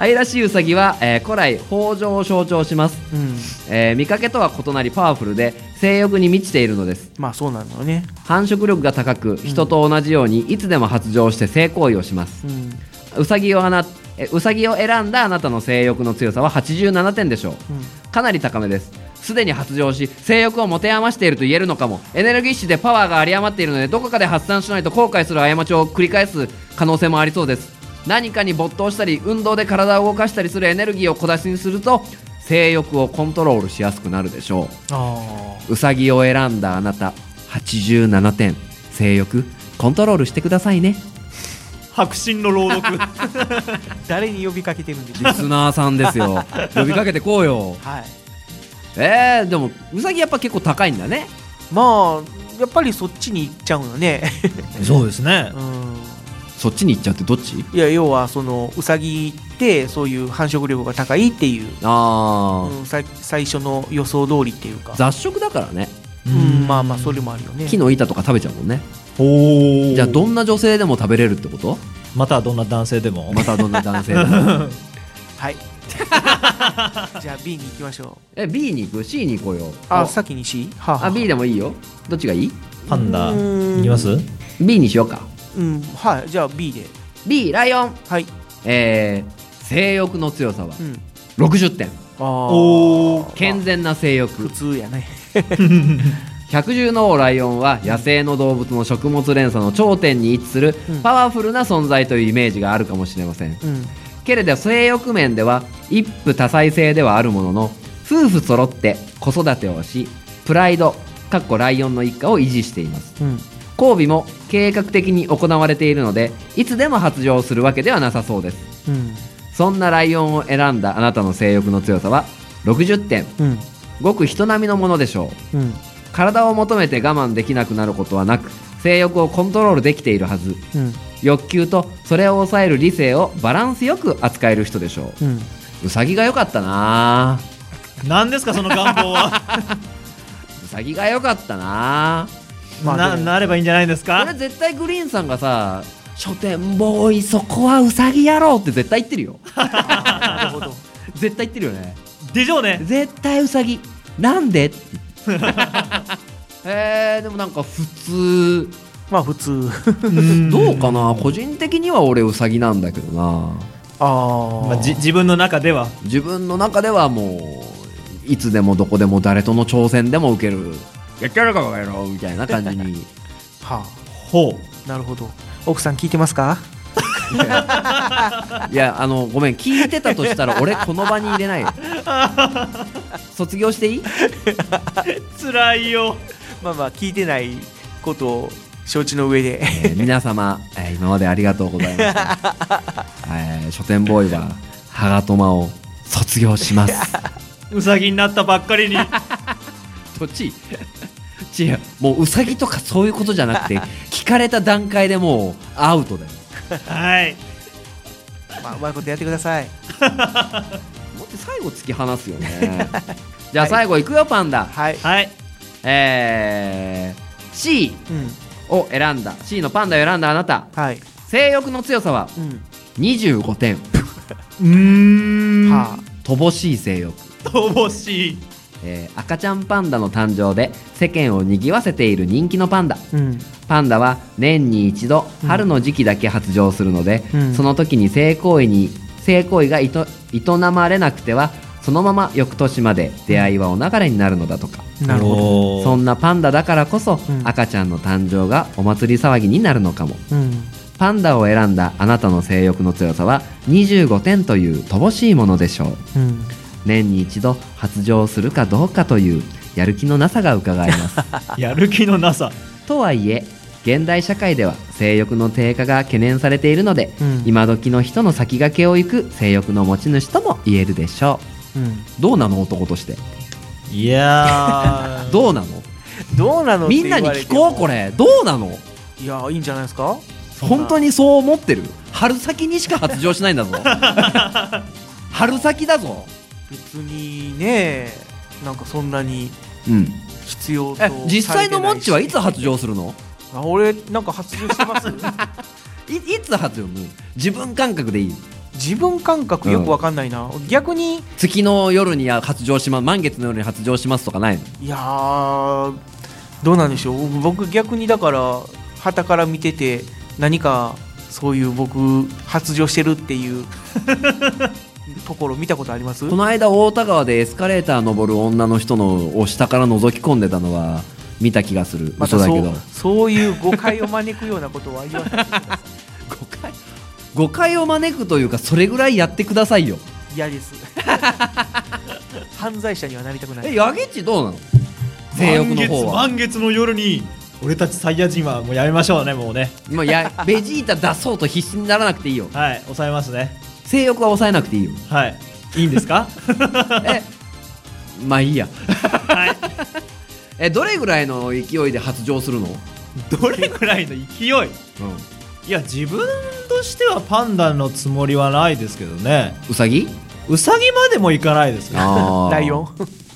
Speaker 5: 愛らしいうさぎは、えー古来豊穣を象徴します、
Speaker 4: うん
Speaker 5: えー見かけとは異なりパワフルで性欲に満ちているのです
Speaker 4: まあそうなんだよね
Speaker 5: 繁殖力が高く人と同じようにいつでも発情して性行為をします
Speaker 4: うん
Speaker 5: うさぎをあなえうさぎを選んだあなたの性欲の強さは87点でしょう、かなり高めですすでに発情し性欲を持て余していると言えるのかもエネルギッシュでパワーが有り余っているのでどこかで発散しないと後悔する過ちを繰り返す可能性もありそうです何かに没頭したり運動で体を動かしたりするエネルギーを小出しにすると性欲をコントロールしやすくなるでしょ
Speaker 4: あ
Speaker 5: ううさぎを選んだあなた87点性欲コントロールしてくださいね
Speaker 7: 白真の朗 読
Speaker 4: 誰に呼びかけてるんでしょう
Speaker 5: リスナーさんです よ呼びかけてこうよ
Speaker 4: はい
Speaker 5: えー、でもうさぎやっぱ結構高いんだね
Speaker 4: まあやっぱりそっちに行っちゃうよね
Speaker 7: そうですね
Speaker 4: うん
Speaker 5: そっちに行っちゃうってどっち
Speaker 4: いや要はそのウサギってそういう繁殖力が高いっていう、
Speaker 5: ああ、
Speaker 4: うん、さ最初の予想通りっていうか
Speaker 5: 雑食だからね
Speaker 4: うんまあまあそれもあるよね
Speaker 5: 木の板とか食べちゃうもんね
Speaker 7: おお
Speaker 5: じゃあどんな女性でも食べれるってこと
Speaker 7: またはどんな男性でも
Speaker 5: またどんな男性でも
Speaker 4: はいじゃあ B に行きましょう
Speaker 5: え B に行く C に行こうよ
Speaker 4: あ先に C? はあは
Speaker 5: あ
Speaker 4: あ
Speaker 5: B でもいいよどっちがいい
Speaker 7: パンダ
Speaker 4: うーん
Speaker 7: いきます
Speaker 5: B にしようか
Speaker 4: うんはいじゃあ B で
Speaker 5: B ライオン
Speaker 4: はい
Speaker 5: えー、性欲の強さは
Speaker 4: うん
Speaker 5: 60点
Speaker 4: あお
Speaker 5: 健全な性欲
Speaker 4: 普通やね
Speaker 5: 百獣の王ライオンは野生の動物の食物連鎖の頂点に位置する
Speaker 4: うん
Speaker 5: パワフルな存在というイメージがあるかもしれませ
Speaker 4: う
Speaker 5: ん
Speaker 4: ん
Speaker 5: けれど性欲面では一夫多妻制ではあるものの夫婦揃って子育てをしプライドかっこライオンの一家を維持しています
Speaker 4: うん
Speaker 5: 交尾も計画的に行われているのでいつでも発情するわけではなさそうです
Speaker 4: うん
Speaker 5: そんなライオンを選んだあなたの性欲の強さは60点
Speaker 4: うん
Speaker 5: ごく人並みのものでしょう
Speaker 4: うん
Speaker 5: 体を求めて我慢できなくなることはなく性欲をコントロールできているはず
Speaker 4: うん
Speaker 5: 欲求とそれを抑える理性をバランスよく扱える人でしょ
Speaker 4: うん
Speaker 5: ううさぎが良かったなぁ
Speaker 7: 何ですかその願望 は
Speaker 5: うさぎが良かったなぁ
Speaker 4: まあ
Speaker 7: な
Speaker 4: でも
Speaker 7: なればいいんじゃないです
Speaker 5: これ
Speaker 7: か
Speaker 5: 絶対グリーンさんがさ「書店ボーイそこはうさぎやろう」って絶対言ってるよ
Speaker 4: な るほど
Speaker 5: 絶対言ってるよね
Speaker 7: でしょうね
Speaker 5: 絶対うさぎなん でえー、でもなんか普通
Speaker 4: まあ普通
Speaker 5: どうかな個人的には俺うさぎなんだけどな
Speaker 4: ああ、
Speaker 7: まあ、じ自分の中では
Speaker 5: 自分の中ではもういつでもどこでも誰との挑戦でも受けるやってやるかこの野郎みたいな感じに
Speaker 4: は
Speaker 7: ほう
Speaker 4: あなるほど奥さん聞いてますか
Speaker 5: いやあのごめん聞いてたとしたら俺この場に入れないよ卒業していい
Speaker 7: 辛いよ
Speaker 4: まあまあ聞いてないことを承知の上で
Speaker 5: えー皆様、えー今までありがとうございました、えー書店ボーイはハガトマを卒業します
Speaker 7: うさぎになったばっか りに
Speaker 5: どっち違うもううさぎとかそういうことじゃなくて聞かれた段階でもうアウトだよ
Speaker 7: はい
Speaker 4: まあうまいことやってください
Speaker 5: もって最後突き放すよ ねじゃあ最後いくよパンダ、
Speaker 4: はい、
Speaker 7: はい
Speaker 5: えー、C
Speaker 4: うん
Speaker 5: を選んだ C のパンダを選んだあなた
Speaker 4: はい
Speaker 5: 性欲の強さは
Speaker 4: うん
Speaker 5: 25点
Speaker 7: うーん
Speaker 4: は
Speaker 5: 乏しい性欲、
Speaker 7: 乏しい
Speaker 5: えー赤ちゃんパンダの誕生で世間を賑わせている人気のパンダ
Speaker 4: あうん
Speaker 5: パンダは年に一度春の時期だけ発情するので、
Speaker 4: うん
Speaker 5: その時に性行為に性行為がいと営まれなくてはそのまま翌年まで出会いはお流れになるのだとか、
Speaker 4: なるほど
Speaker 7: ど
Speaker 5: そんなパンダだからこそ、
Speaker 4: うん
Speaker 5: 赤ちゃんの誕生がお祭り騒ぎになるのかも
Speaker 4: うん
Speaker 5: パンダを選んだあなたの性欲の強さは25点という乏しいものでしょ
Speaker 4: う
Speaker 5: う
Speaker 4: ん
Speaker 5: 年に一度発情するかどうかというやる気のなさが伺 えます
Speaker 7: やる気のなさ
Speaker 5: とはいえ現代社会では性欲の低下が懸念されているので、
Speaker 4: うん
Speaker 5: 今時の人の先駆けを行く性欲の持ち主とも言えるでしょ
Speaker 4: うん
Speaker 5: うどうなの男として
Speaker 7: いやー
Speaker 5: どうなの
Speaker 4: どうなのって
Speaker 5: みん
Speaker 4: 言わ
Speaker 5: な
Speaker 4: れ
Speaker 5: に
Speaker 4: て
Speaker 5: 聞こうこれどうなの
Speaker 4: いやいいんじゃないですか
Speaker 5: 本当にそう思ってる春先にしか発情しないんだ ぞ春先だぞ
Speaker 4: 別にねなんかそんなに
Speaker 5: うん
Speaker 4: 必要と
Speaker 5: え実際のモッチはいつ発
Speaker 4: 情
Speaker 5: 情するの
Speaker 4: 俺なんか発情してます
Speaker 5: いいつ発情するの自分感覚でいい
Speaker 4: 自分感覚よくわかんないな、逆に
Speaker 5: 月の夜には発情します満月の夜に発情しますとかないの
Speaker 4: いやーどうなんでしょう僕逆にだから旗から見てて何かそういう僕発情してるって いうところ見たことあります
Speaker 5: この間大田川でエスカレーター登る女の人のを下から覗き込んでたのは見た気がする
Speaker 4: ま
Speaker 5: 嘘
Speaker 4: た
Speaker 5: だ
Speaker 4: そ
Speaker 5: け
Speaker 4: う
Speaker 5: ど
Speaker 4: そういう誤解を招くようなことは言わない
Speaker 5: 誤解誤解を招くというかそれぐらいやってくださいよ
Speaker 4: 嫌 です犯罪者にはなりたくない
Speaker 5: えヤゲッチどうなの性欲の方は
Speaker 7: 満月の夜に俺たちサイヤ人はもうやめましょうねもうね
Speaker 5: も うやベジータ出そうと必死にならなくていいよ
Speaker 7: はい抑えますね
Speaker 5: 性欲は抑えなくていいよ
Speaker 7: はいいいんですか
Speaker 5: え まあいいや
Speaker 7: はい
Speaker 5: えどれぐらいの勢いで発情するの、
Speaker 7: どれぐらいの勢い
Speaker 5: うん、
Speaker 7: いや自分としてはパンダのつもりはないですけどね
Speaker 5: うさぎ
Speaker 7: ウサギまでもいかないですね
Speaker 5: あ ー
Speaker 4: ライオン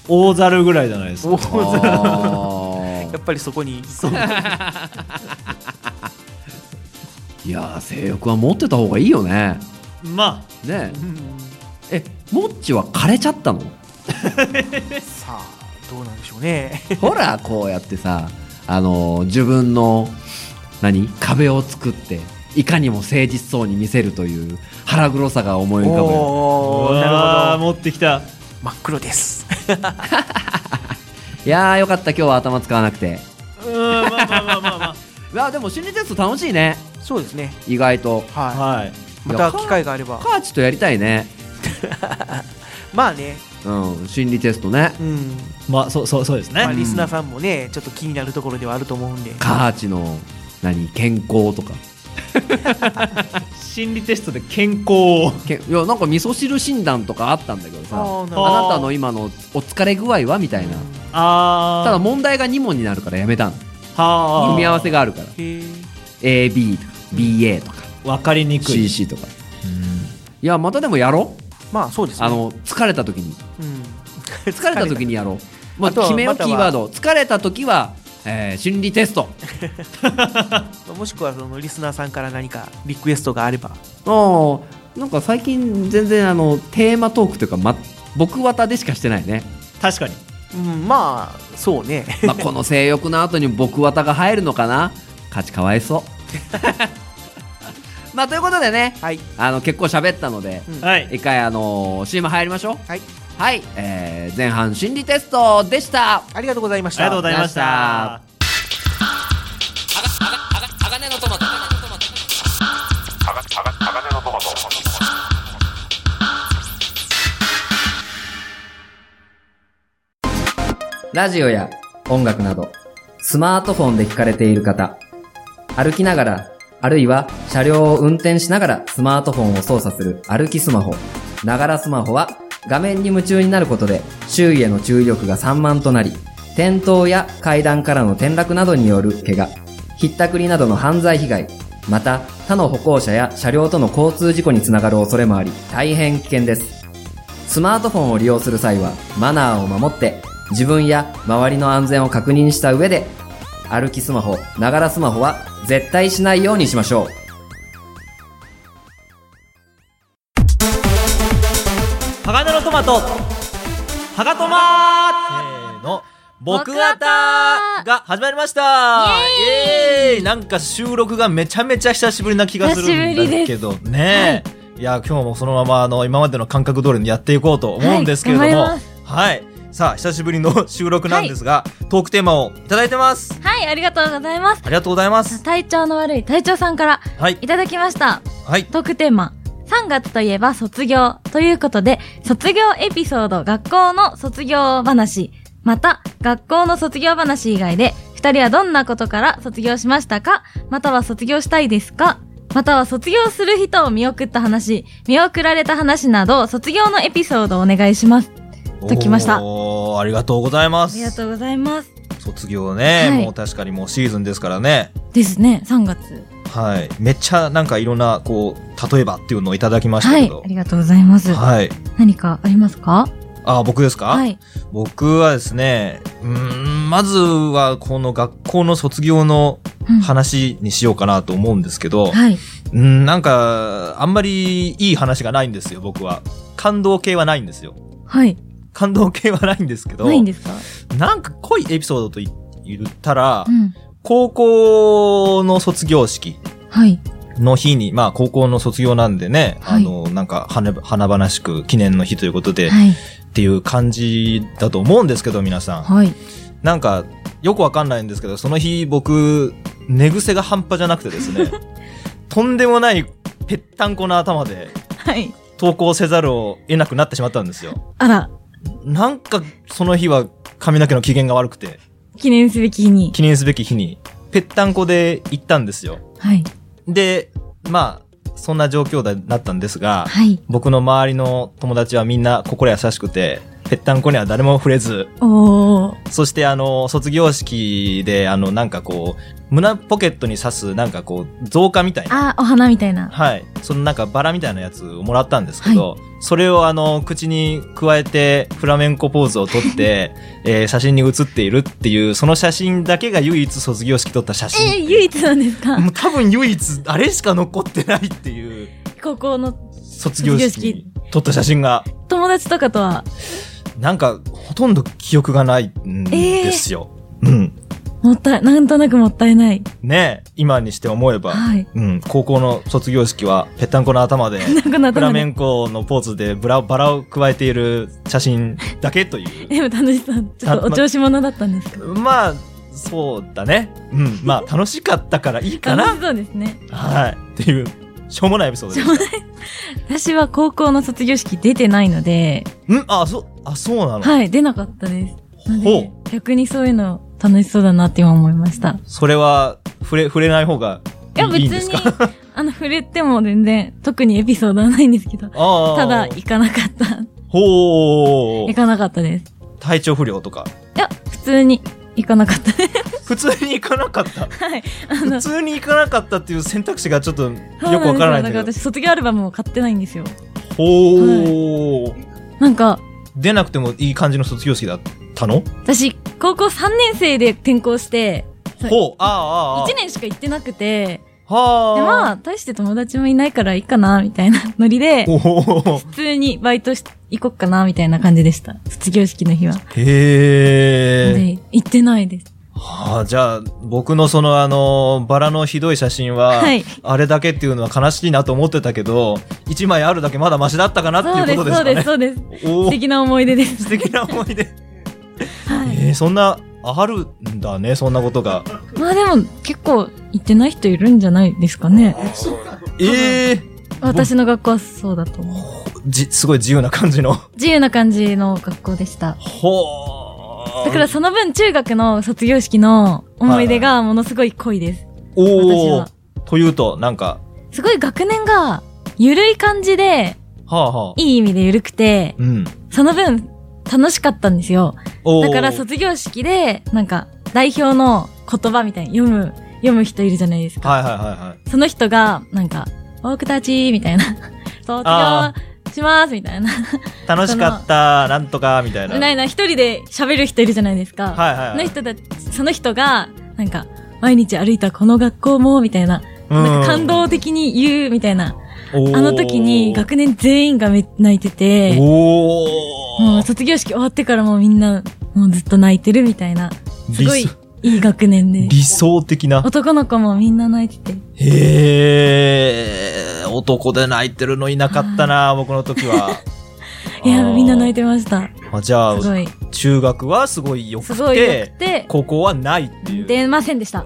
Speaker 7: 大猿ぐらいじゃないですか
Speaker 5: あ
Speaker 4: や
Speaker 5: ー
Speaker 4: っぱりそこに
Speaker 5: いやー性欲は持ってた方がいいよね
Speaker 7: まあ
Speaker 5: ね
Speaker 4: うん
Speaker 5: ええモッチは枯れち ゃったの
Speaker 4: さあどうなんでしょうね
Speaker 5: ほらこうやってさあの自分の何壁を作っていかにも誠実そうに見せるという腹黒さが思い浮かぶ
Speaker 4: おーなる
Speaker 7: あ
Speaker 4: ほど
Speaker 7: 持ってきた
Speaker 4: 真っ黒です
Speaker 5: いやーよかった今日は頭使わなくて
Speaker 8: うんまあまあまあまあまあ
Speaker 5: いやでも心理テスト楽しいね
Speaker 4: そうですね
Speaker 5: 意外と
Speaker 4: は
Speaker 7: はい
Speaker 4: いまた機会があれば
Speaker 5: カーチとやりたいね
Speaker 4: まあね
Speaker 5: うん心理テストね
Speaker 4: うん
Speaker 7: まあそうそうそうですね、
Speaker 4: まあリスナーさんもねちょっと気になるところではあると思うんで
Speaker 5: カーチの何健康とか
Speaker 7: 心理テストで健康を
Speaker 5: けいやなんか味噌汁診断とかあったんだけどさ
Speaker 4: あ
Speaker 5: あ
Speaker 4: ーなるほ
Speaker 7: ど
Speaker 5: なたの今のお疲れ具合はみたいな
Speaker 7: あ
Speaker 5: ただ問題が2問になるからやめたの
Speaker 7: はあ
Speaker 5: 組み合わせがあるから
Speaker 4: へえ
Speaker 5: AB とか BA とか
Speaker 7: 分かりにくい
Speaker 5: CC とかいやまたでもやろう
Speaker 4: まあそうですね
Speaker 5: あの疲れた時に
Speaker 4: うん
Speaker 5: 疲れた 時にやろうまあ
Speaker 4: あとは
Speaker 5: 決めよう
Speaker 4: また
Speaker 5: キ
Speaker 4: は
Speaker 5: ーワード疲れた時はえー心理テスト
Speaker 4: もしくはそのリスナーさんから何かリクエストがあれば
Speaker 5: ああなんか最近全然あのテーマトークというか、ま、僕綿でしかしてない ね、
Speaker 7: 確かに
Speaker 4: うんまあそうね
Speaker 5: まあ、この性欲の後に僕綿が入るのかな勝ちかわいそう まあということでね
Speaker 4: はい
Speaker 5: あの結構喋ったので、
Speaker 7: はい
Speaker 5: 一回あのー、CM 入りましょう
Speaker 4: はい
Speaker 5: はい、えー前半心理テストでした
Speaker 4: ありがとうございまし
Speaker 7: あり
Speaker 4: た
Speaker 7: がとうございました。
Speaker 1: ラジオや音楽など、スマートフォンで聞かれている方、歩きながら、あるいは車両を運転しながらスマートフォンを操作する歩きスマホ、ながらスマホは画面に夢中になることで周囲への注意力が散漫となり、転倒や階段からの転落などによる怪我、ひったくりなどの犯罪被害、また他の歩行者や車両との交通事故につながる恐れもあり、大変危険です。スマートフォンを利用する際はマナーを守って自分や周りの安全を確認した上で歩きスマホ、ながらスマホは絶対しないようにしましょう。
Speaker 4: 鋼のトマトハガトマ
Speaker 7: せーの
Speaker 6: 僕
Speaker 7: 僕
Speaker 6: は
Speaker 7: は
Speaker 6: た
Speaker 7: たが始まりましたイエーイなんか収録がめちゃめちゃ久しぶりな気がするんだけどねえ、い、や今日もそのままあの今までの感覚通りにやっていこうと思うんですけれども
Speaker 6: はい
Speaker 7: は
Speaker 6: 頑張
Speaker 7: い
Speaker 6: り、
Speaker 7: さあ久しぶりの収録なんですが、トークテーマをいただいてます
Speaker 6: はい、ありがとうございます。
Speaker 7: ありがとうございます
Speaker 6: 体調の悪い隊長さんから
Speaker 7: はい
Speaker 6: いただきました。
Speaker 7: はい
Speaker 6: トークテーマ。3月といえば卒業ということで、卒業エピソード、学校の卒業話、また、学校の卒業話以外で、二人はどんなことから卒業しましたかまたは卒業したいですかまたは卒業する人を見送った話、見送られた話など、卒業のエピソードをお願いします。ときました
Speaker 7: おーありがとうございま
Speaker 6: ありが
Speaker 7: す
Speaker 6: とうございます。
Speaker 7: 卒業ね、
Speaker 6: はい
Speaker 7: もう確かにもうシーズンですからね
Speaker 6: ですね、3月。
Speaker 7: はいめっちゃなんかいろんなこう例えばっていうのをいただきました
Speaker 6: は
Speaker 7: け
Speaker 6: い
Speaker 7: ど、、
Speaker 6: ありがとうございます。
Speaker 7: はい。
Speaker 6: 何かありますか
Speaker 7: あ、僕ですか、
Speaker 6: はい。
Speaker 7: 僕はですね、うーん、まずはこの学校の卒業の
Speaker 6: うん
Speaker 7: 話にしようかなと思うんですけど、
Speaker 6: はい。
Speaker 7: うん、なんか、あんまりいい話がないんですよ、僕は。感動系はないんですよ。
Speaker 6: はい。
Speaker 7: 感動系はないんですけど、
Speaker 6: ないんですか
Speaker 7: なんか濃いエピソードと言ったら、
Speaker 6: うん。
Speaker 7: 高校の卒業式
Speaker 6: はい。
Speaker 7: の日に、まあ高校の卒業なんでね、
Speaker 6: はい
Speaker 7: あの、なんか華華々しく記念の日ということで、
Speaker 6: はい。
Speaker 7: っていう感じだと思うんですけど、皆さん。
Speaker 6: はい。
Speaker 7: なんか、よくわかんないんですけど、その日僕、寝癖が半端じゃなくてで すね、とんでもないぺったんこな頭で
Speaker 6: はい。
Speaker 7: 投稿せざるを得なくなってしまったんですよ。
Speaker 6: あら、
Speaker 7: なんか、その日は髪の毛の機嫌が悪くて、
Speaker 6: 記念すべき日に。
Speaker 7: 記念すべき日に、ぺったんこで行ったんですよ。
Speaker 6: はい。
Speaker 7: で、まあ、そんな状況だったんですが、
Speaker 6: はい。
Speaker 7: 僕の周りの友達はみんな心優しくて、ぺったんこには誰も触れず、
Speaker 6: おー。
Speaker 7: そしてあの、卒業式で、あの、なんかこう、胸ポケットに刺す、なんかこう、造花みたいな。
Speaker 6: あ、お花みたいな。
Speaker 7: はい。そのなんかバラみたいなやつをもらったんですけど、それをあの、口に加えて、フラメンコポーズを撮 って、えー写真に写っているっていう、その写真だけが唯一卒業式撮った写
Speaker 6: えー、
Speaker 7: 真。
Speaker 6: 唯一なんですか
Speaker 7: もう多分唯一、あれしか残ってないっていう、
Speaker 6: 高校の
Speaker 7: 卒業式に撮った写真が、
Speaker 6: 友達とかとは。
Speaker 7: なんか、ほとんど記憶がないんですよ。うん。
Speaker 1: もったい、なんとなくもったいない。
Speaker 7: ね今にして思えば、
Speaker 1: はい
Speaker 7: うん、高校の卒業式はぺったんこの頭で、
Speaker 1: んこの頭
Speaker 7: フ
Speaker 1: で
Speaker 7: ラメンコのポーズでブラバラを加えている写真だけという。
Speaker 1: でも楽しそう。ちょっとお調子者だったんですけど。
Speaker 7: まあ、そうだね。うん、まあ楽しかったからいいか
Speaker 1: 楽
Speaker 7: な
Speaker 1: し。そうですね。
Speaker 7: はい。っていう、しょうもないエピソードでし
Speaker 1: 私は高校の卒業式出てないので、
Speaker 7: た。んあ、そう、あ、そうなの。
Speaker 1: はい、出なかったです。なので
Speaker 7: ほ
Speaker 1: 逆にそういうの楽しそうだなって今思いました。
Speaker 7: それは、触れ、触れない方が
Speaker 1: いや、
Speaker 7: いい
Speaker 1: 別
Speaker 7: いいんです
Speaker 1: に
Speaker 7: か、
Speaker 1: あの、触れても全然、特にエピソードはないんですけど、
Speaker 7: ああ。
Speaker 1: ただ、行かなかった。
Speaker 7: ほ
Speaker 1: 行
Speaker 7: う。
Speaker 1: かなかったです。
Speaker 7: 体調不良と か。
Speaker 1: いや、普通に行かなかった です。
Speaker 7: 普通に行かなかった。
Speaker 1: はい。あの、
Speaker 7: 普通に行かなかったっていう選択肢がちょっとよく
Speaker 1: そう
Speaker 7: わ
Speaker 1: んですよ
Speaker 7: からないん
Speaker 1: だか
Speaker 7: だ
Speaker 1: ら
Speaker 7: けど。
Speaker 1: 私、卒業アルバムを買ってないんですよ。
Speaker 7: ほー。
Speaker 1: なんか、
Speaker 7: 出なくてもいい感じの卒業式だったの
Speaker 1: 私、高校3年生で転校して、
Speaker 7: ほう。ああ、ああ。
Speaker 1: 1年しか行ってなくて、
Speaker 7: はあ。
Speaker 1: で、まあ、大して友達もいないからいいかな、み たいなノリで、
Speaker 7: おお。
Speaker 1: 普通にバイトし、行こっかな、みたいな感じでした。卒業式の日は。
Speaker 7: へえ。
Speaker 1: で、行ってないです。
Speaker 7: はあ、じゃあ、僕のそのあの、バラのひどい写真は、
Speaker 1: はい
Speaker 7: あれだけっていうのは悲しいなと思ってたけど、一枚あるだけまだマシだったかな
Speaker 1: そう
Speaker 7: って
Speaker 1: で
Speaker 7: いうこ
Speaker 1: す、
Speaker 7: とです
Speaker 1: そ
Speaker 7: か
Speaker 1: うです、
Speaker 7: ね。
Speaker 1: そうです。
Speaker 7: お
Speaker 1: 素
Speaker 7: お。
Speaker 1: 敵な思い出です。
Speaker 7: 素敵な思い出。
Speaker 1: はい。
Speaker 7: えー、そんな、あるんだね、そんなことが。
Speaker 1: まあでも、結構、行ってない人いるんじゃないですかね。
Speaker 7: ええ
Speaker 1: 私の学校はそうだと思う。
Speaker 7: じ、すごい自由な感じの。
Speaker 1: 自由な感じの学校でした。
Speaker 7: ほー。
Speaker 1: だからその分、中学の卒業式の思い出がものすごい濃いです。私
Speaker 7: おお
Speaker 1: は。
Speaker 7: というと、なんか、
Speaker 1: すごい学年が、ゆるい感じで、
Speaker 7: はあはあ。
Speaker 1: いい意味でゆるくて、
Speaker 7: うん。
Speaker 1: その分、楽しかったんですよ。
Speaker 7: おー
Speaker 1: だから卒業式で、なんか、代表の言葉みたいに読む、読む人いるじゃないですか。
Speaker 7: はいはいはいはい。
Speaker 1: その人が、なんか、僕たち、みたいな。 卒
Speaker 7: あ
Speaker 1: 業します、みたいな。
Speaker 7: 楽しかった、なんとか、みたいな。
Speaker 1: な
Speaker 7: はい
Speaker 1: いな、一人で喋る人いるじゃないですか。
Speaker 7: はいはい。
Speaker 1: その人たち、その人が、なんか、毎日歩いたこの学校も、みたいな。なんか感動的に言う、みたいな。
Speaker 7: うん、
Speaker 1: あの時に学年全員がめ泣いてて、
Speaker 7: お
Speaker 1: もう
Speaker 7: ー
Speaker 1: 卒業式終わってからもうみんな、もうずっと泣いてるみたいな。す
Speaker 7: 理
Speaker 1: ごい
Speaker 7: 想、
Speaker 1: いい学年で。
Speaker 7: 理想的な。
Speaker 1: 男の子もみんな泣いてて。
Speaker 7: へえ、男で泣いてるのいなかったな、僕の時は。
Speaker 1: いや、みんな泣い
Speaker 7: て
Speaker 1: てました。
Speaker 7: る。じゃあ
Speaker 1: す、ごい、
Speaker 7: 中学はすごい良
Speaker 1: す
Speaker 7: く
Speaker 1: ごい良
Speaker 7: て
Speaker 1: く、て、
Speaker 7: 高校はないっていう。
Speaker 1: 出ませんでした。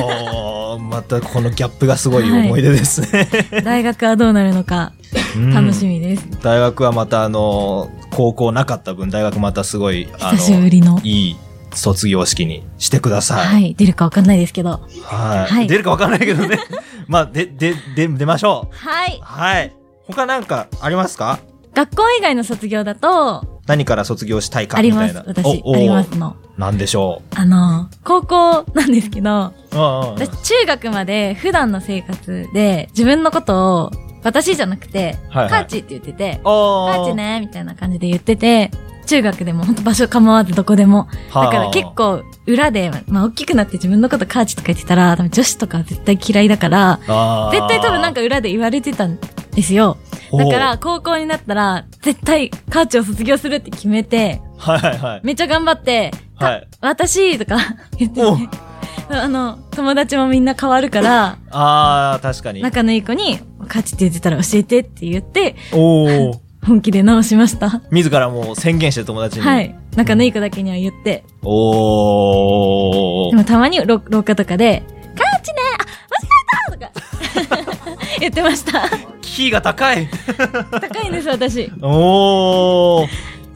Speaker 7: おー、またこのギャップがすごい思い出ですね。
Speaker 1: 大学はどうなるのか、 楽しみです。
Speaker 7: うん。大学はまたあの、高校なかった分、大学またすごい、あ
Speaker 1: 久しぶりの。
Speaker 7: いい卒業式にしてください。
Speaker 1: はい、出るかわかんないですけど。
Speaker 7: はい。
Speaker 1: はい
Speaker 7: 出るか分かんないけど ね。まあ、で、で、で、出ましょ
Speaker 1: はい。
Speaker 7: う。はい。他なんかありますか
Speaker 1: 学校以外の卒業だと、
Speaker 7: 何から卒業したいか
Speaker 1: あ
Speaker 7: み
Speaker 1: り
Speaker 7: た
Speaker 1: ま
Speaker 7: い
Speaker 1: す
Speaker 7: な。。
Speaker 1: 私、
Speaker 7: お
Speaker 1: あります。の。
Speaker 7: おなんでしょ
Speaker 1: あの、高校なんですけど、
Speaker 7: う。うんうん。
Speaker 1: 私、中学まで普段の生活で自分のことを、私じゃなくて、
Speaker 7: はいはい
Speaker 1: カーチって言ってて、カ
Speaker 7: お
Speaker 1: ーチ。ね、みたいな感じで言ってて、中学でも本当場所構わずどこでも。
Speaker 7: はあ
Speaker 1: だから結。構裏で、まあ大きくなって自分のことカーチとか言ってたら、多分女子とかは絶対嫌いだから、
Speaker 7: あー
Speaker 1: 絶対多分なん、か裏で言われてたんですよ。だから高校になったら、絶対カーチを卒業するって決めて、
Speaker 7: おー。はいはい。
Speaker 1: めっちゃ頑張って、か
Speaker 7: はい
Speaker 1: 私とか 言って
Speaker 7: お
Speaker 1: て、あの、友達もみんな変わるから、
Speaker 7: ああ、確かに。
Speaker 1: 仲のいい子に、カーチって言ってたら教えてって言って、
Speaker 7: おお。
Speaker 1: 本気で直しました。
Speaker 7: 自らもう宣言して友達に。
Speaker 1: はい。。仲のいい子だけには言って、
Speaker 7: おー。
Speaker 1: でもたまにろ廊下とかで、カーチねあ、間違えたとか 言ってました。
Speaker 7: キーが高い。
Speaker 1: 高いんです、私。
Speaker 7: おー。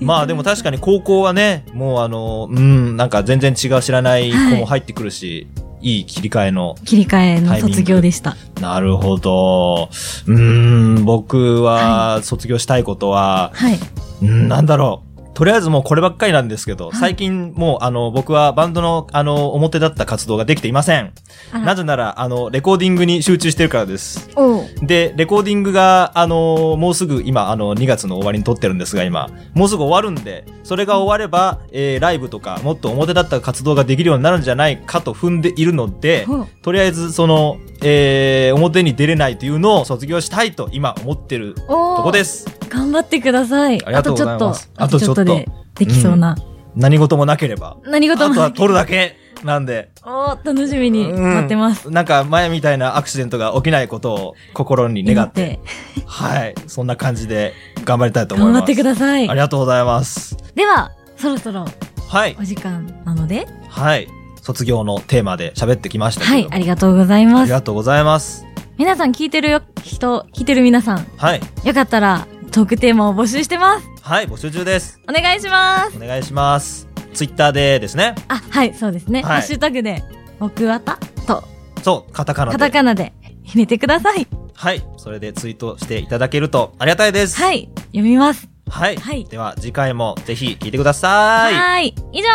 Speaker 7: まあでも確かに高校はね、もうあの、うん、なんか全然違う知らない子も入ってくるし、い、い切り替えの。
Speaker 1: 切り替えの卒業でした。
Speaker 7: なるほど。うーん、僕は卒業したいことは、
Speaker 1: はい。
Speaker 7: うん、なんだろう。とりあえずもうこればっかりなんですけど、
Speaker 1: い
Speaker 7: 最近もうあの、僕はバンドのあの、表だった活動ができていません。
Speaker 1: あら
Speaker 7: なぜなら、あの、レコーディングに集中してるからです。
Speaker 1: おう。
Speaker 7: で、レコーディングが、あのーもうすぐ今、あの、2月の終わりに撮ってるんですが、今、もうすぐ終わるんで、それが終われば、えーライブとか、もっと表だった活動ができるようになるんじゃないかと踏んでいるので
Speaker 1: ほう、
Speaker 7: とりあえず、その、えー表に出れないというのを卒業したいと、今思ってると
Speaker 1: お
Speaker 7: こです。
Speaker 1: 頑張ってください。
Speaker 7: ありがとうございます
Speaker 1: あとちょっ
Speaker 7: あとちょっと
Speaker 1: と。あとちょっとでできそうな。
Speaker 7: 何事もなければ。
Speaker 1: 何
Speaker 7: あ
Speaker 1: 事
Speaker 7: と
Speaker 1: も
Speaker 7: は。撮るだけ。なんで、
Speaker 1: おー、楽しみに待ってます。
Speaker 7: なんか前みたいなアクシデントが起きないことを心に願って、
Speaker 1: 祈
Speaker 7: はい。そんな感じで頑張りたいと思い
Speaker 1: 頑
Speaker 7: ます。
Speaker 1: 張ってください
Speaker 7: あ。りがとうございます。
Speaker 1: では、そろそろ
Speaker 7: はい。
Speaker 1: お時間なので、
Speaker 7: はい。卒業のテーマで喋ってきました
Speaker 1: は
Speaker 7: け
Speaker 1: い
Speaker 7: ど、も
Speaker 1: ありがとうござい
Speaker 7: あ
Speaker 1: ま
Speaker 7: り
Speaker 1: す。
Speaker 7: がとうございます。
Speaker 1: 皆さん聞いてるよ人、聞いてる皆さん、
Speaker 7: はい。
Speaker 1: よかったらトークテーマを募集してます。
Speaker 7: はい。募集中です。
Speaker 1: お願いします。
Speaker 7: お願いします。ツイッターでですね。
Speaker 1: あ、はい、そうですね。
Speaker 7: はい
Speaker 1: ハッシュタグで、僕わたと、
Speaker 7: そう、カタカナで。
Speaker 1: カタカナで入れてください。
Speaker 7: はい。それでツイートしていただけるとありがたいです。い。
Speaker 1: はい、読みます。
Speaker 7: はい。
Speaker 1: はい
Speaker 7: では、次回もぜひ聞いてください。
Speaker 1: はーい。以上、